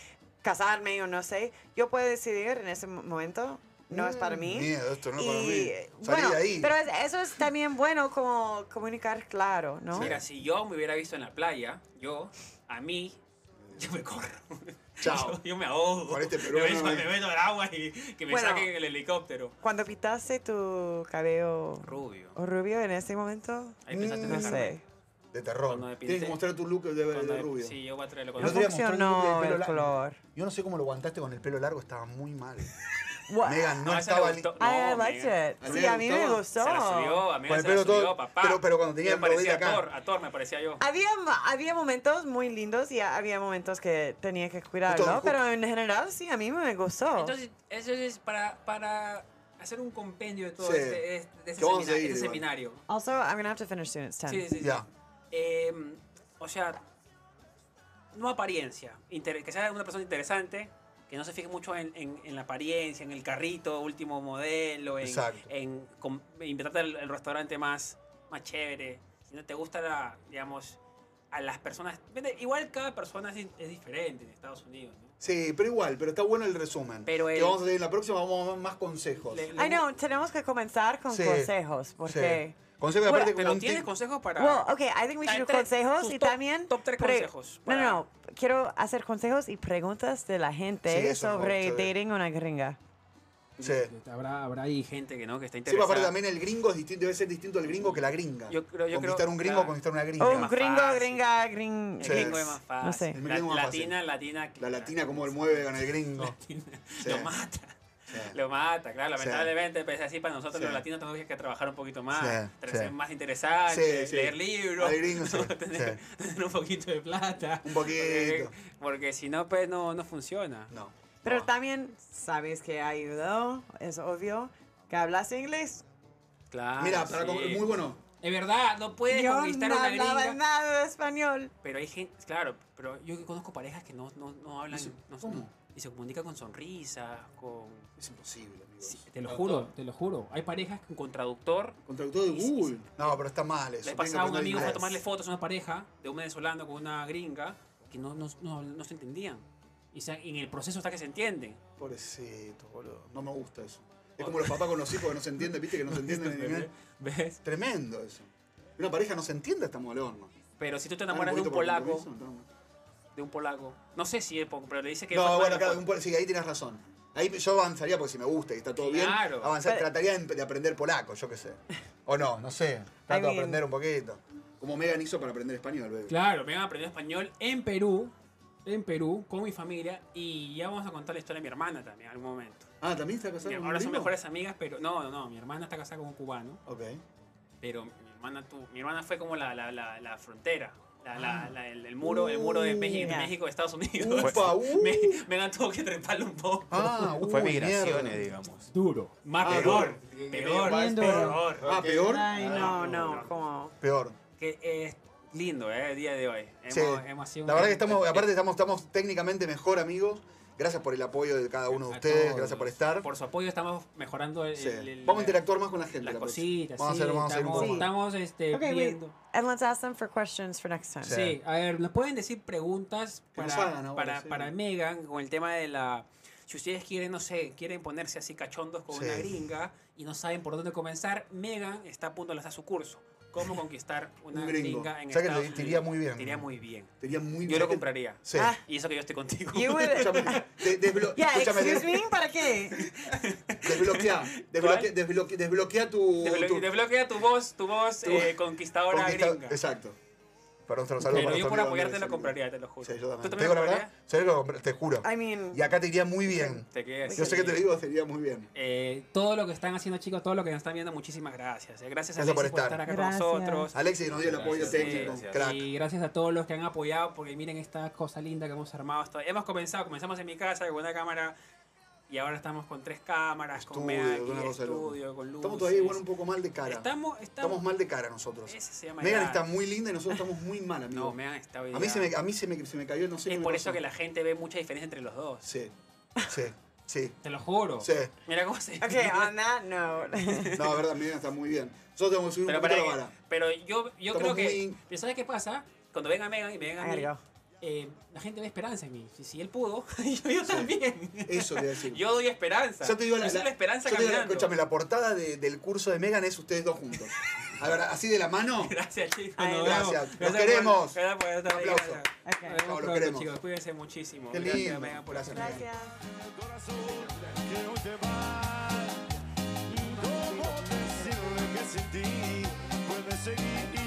casarme o no sé, yo puedo decidir en ese mo- momento, no es para mí. Miedo, esto no es Y, eh, para mí. Salí bueno, de ahí. pero es- eso es también bueno como comunicar claro, ¿no? Mira, si yo me hubiera visto en la playa, yo, a mí, yo me corro. Chao. Yo, yo me ahogo. Con este me, peruano, meto, eh. me meto al agua y que me Bueno. saquen el helicóptero. Cuando pintaste tu cabello Rubio. o rubio en ese momento, Ahí pensaste en no dejarme. sé. De Cuando me terror. Tienes pinté. que mostrar tu look de, de Cuando- rubio. Sí, yo voy a traerlo El No cuando. otro día mostró el funcionó de pelo el largo. color. Yo no sé cómo lo aguantaste con el pelo largo, estaba muy mal. Gua- Megan no, No, ese le estaba gustó. li- I No, liked Megan. Ah, it. ¿A ti Sí, le a mí me gustó? gustó. Se la subió, a mí Con el se la pelo todo- subió, papá. pero- pero cuando tenía Yo el me parecía rodilla acá. Thor, a Thor me parecía yo. Había, había momentos muy lindos y había momentos que tenía que cuidarlo, Justo, ju- pero en general sí, a mí me gustó. Entonces, eso es para, para hacer un compendio de todo Sí. este, este- de ese Que vamos a semina- seguir este igual. seminario. also, I'm gonna have to finish soon. It's 10. Sí, sí, sí. Ya. Em, o sea, no apariencia. Inter- que sea una persona interesante, que no se fije mucho en, en- en la apariencia, en el carrito, último modelo, en, Exacto. en com- invitarte al, al restaurante más, más chévere. Si no te gusta, la, digamos, a las personas. Vete, Igual cada persona es, es diferente en Estados Unidos, ¿no? Sí, pero igual, pero está bueno el resumen. Pero que el- vamos a hacer en la próxima, vamos a dar más consejos. Le- le- Ay, no, tenemos que comenzar con Sí. consejos, porque... Sí. Consejos Bueno, aparte como Pero un tienes tip- consejos para. Well, okay, I think we Ta- should do tres- consejos sus y top- también... top tres pre- consejos No, para- no, quiero hacer consejos y preguntas de la gente Sí, eso me sobre gusta, sí. dating una gringa. Sí. Este, Habrá, habrá ahí gente. gente que no, que está Sí, pero interesada. aparte también el gringo es distinto, debe ser distinto el gringo que la gringa. Yo creo- yo conquistar creo- un gringo claro. conquistar una O gringa. un gringo, fácil. Oh, gringa, gring... El Sí. gringo es más fácil. No sé. El La, gringo es más fácil. latina, latina. La latina como el mueve con el gringo. Sí. Lo mata. Sí. Lo mata, claro. Sí. Lamentablemente, pues, así para nosotros Sí. los latinos tenemos que trabajar un poquito más. Sí, tra- sí. Ser más interesantes, Sí, sí. leer libros. Al gringo, sí, tener, tener un poquito de plata. Un Porque, poquito. porque si no, pues no, no funciona. No. Pero no. también sabes que ayudó, es obvio, que hablas inglés. Claro. Mira, para con- Ah, sí. muy bueno. Es verdad, no puedes Yo conquistar no una hablaba gringa. nada de español. Pero hay gente, claro, pero yo que conozco parejas que no, no, no hablan. Eso, no- ¿cómo? y se comunican con sonrisas, con. Es imposible, amigos. Sí, te lo juro, te lo juro. Hay parejas que con traductor. Contractor de Sí, sí, Google. sí. No, pero está mal eso. Le tienen pasaba a un que aprender amigo fue a inglés. tomarle fotos a una pareja de un venezolano con una gringa que no, no, no- no se entendían. Y, se- y en el proceso está que se entienden. Pobrecito, boludo. No me gusta eso. Es como los papás con los hijos que no se entienden, viste, que no se entienden Este en inglés. ¿Ves? Tremendo eso. Una pareja no se entiende, estamos al horno. Pero si tú te Ah, enamoras de un poquito por polaco, compromiso, entonces. de un polaco, no sé si es po- pero le dice que. No, bueno, bueno, claro, po- un pol- sí, ahí tienes razón. Ahí yo avanzaría porque si me gusta y está todo Claro. bien, avanzar, Pero- trataría de, de aprender polaco, yo qué sé. O no, no sé. Trato de mean- aprender un poquito. Como Megan hizo para aprender español, bebé. Claro, me han aprendido español en Perú, en Perú, con mi familia. Y ya vamos a contar la historia de mi hermana también en algún momento. Ah, también está casado Mi- con un Ahora son gringo? mejores amigas, pero. No, no, no. Mi hermana está casada con un cubano. Ok. Pero mi hermana, tu- mi hermana fue como la, la, la, la frontera. La, Ah. la, la- el, el muro, el muro de México, Uh. México de Estados Unidos. Upa, uh. Me, Megan tuvo que treparlo un poco. Ah, Fue uy, migraciones, mierda. digamos. Duro. Más Ah, peor. duro. Peor. Bien Peor. duro. Ah, peor. Ay, no, Ah, no, no. como... Peor. Que es lindo, ¿eh? El día de hoy. Hemos, Sí. hemos sido La un- verdad que estamos, aparte estamos, estamos técnicamente mejor amigos. Gracias por el apoyo de cada uno de A ustedes, todos. gracias por estar. Por su apoyo estamos mejorando el, Sí. el- el- Vamos a interactuar más con la gente. las la próxima. cositas. Vamos sí, a hacer, vamos a hacer un estamos, poco más. estamos este, Okay, wait. viendo. And let's ask them for questions for next time. Sí. Sí, a ver, nos pueden decir preguntas Que nos para, hagan ahora, para, sí. para Megan con el tema de la... Si ustedes quieren, no sé, quieren ponerse así cachondos con Sí. una gringa y no saben por dónde comenzar, Megan está a punto de lanzar su curso. ¿Cómo conquistar una Un gringo. gringa en O sea que Estados te- te iría Unidos? muy bien. Te iría muy bien. Tenía muy Yo lo compraría. Sí. Ah. Y eso que yo estoy contigo. You would... Escúchame, de- desblo- Yeah, escúchame, excuse des- me, ¿para qué? desbloquea, desbloquea, desbloquea, desbloquea tu, Desblo- tu- Desbloquea tu voz, tu voz tu- eh, conquistadora conquista- gringa. Exacto. Perdón, te lo saludo Pero para yo nuestro por amigo apoyarte Andrés. lo compraría, te lo juro. Sí, yo ¿Tú también. también Te digo la lo verdad, comprarías? serio que lo compré, te juro. I mean, Y acá te iría muy bien. Te quedas. Yo sé que te digo, te iría muy bien. Eh, todo lo que están haciendo, chicos, todo lo que nos están viendo, muchísimas gracias. Eh, Gracias a Gracias por Alexis por estar. estar acá Gracias. con nosotros. Alexis nos dio el apoyo Gracias, técnico, gracias. crack. Y gracias a todos los que han apoyado, porque miren esta cosa linda que hemos armado. Esto- Hemos comenzado, comenzamos en mi casa con una cámara y ahora estamos con tres cámaras, con Estudio, Megan, una cosa de loco. estudio, con luces. Estamos todavía igual un poco mal de cara. Estamos, Estamos, estamos, mal de cara nosotros. Ese se llama Megan edad. está muy linda y nosotros estamos muy mal, amigo. No, Megan está hoy a mí, día. se me, a mí se, me, se me cayó, no sé qué Es me por pasó. eso que la gente ve mucha diferencia entre los dos. Sí, sí, sí, Te lo juro. sí. Mira cómo se. okay, on that note. No, la verdad, Megan está muy bien. Nosotros tenemos que subir pero, un poquito para la que- vara. pero yo, yo Estamos creo que. muy- pero ¿Sabes qué pasa? Cuando venga Megan y me venga a mí, There you go. eh, la gente ve esperanza en mí. Si, si él pudo, yo, yo también. Eso te voy a decir. Yo doy esperanza. Yo te digo la, Yo soy la esperanza yo te digo la- caminando. escúchame, la portada de- del curso de Megan es ustedes dos juntos. A ver, así de la mano. Gracias, chicos. Ay, nos gracias. vemos. Los por- queremos. Gracias por estar ahí. Aplauso. Gracias. Okay. Nos No, vemos lo pronto, queremos. chicos. Cuídense muchísimo. Qué lindo. Gracias, Megan, por Gracias, estar aquí. Gracias. ¿Cómo te sirve que sin ti puedes seguir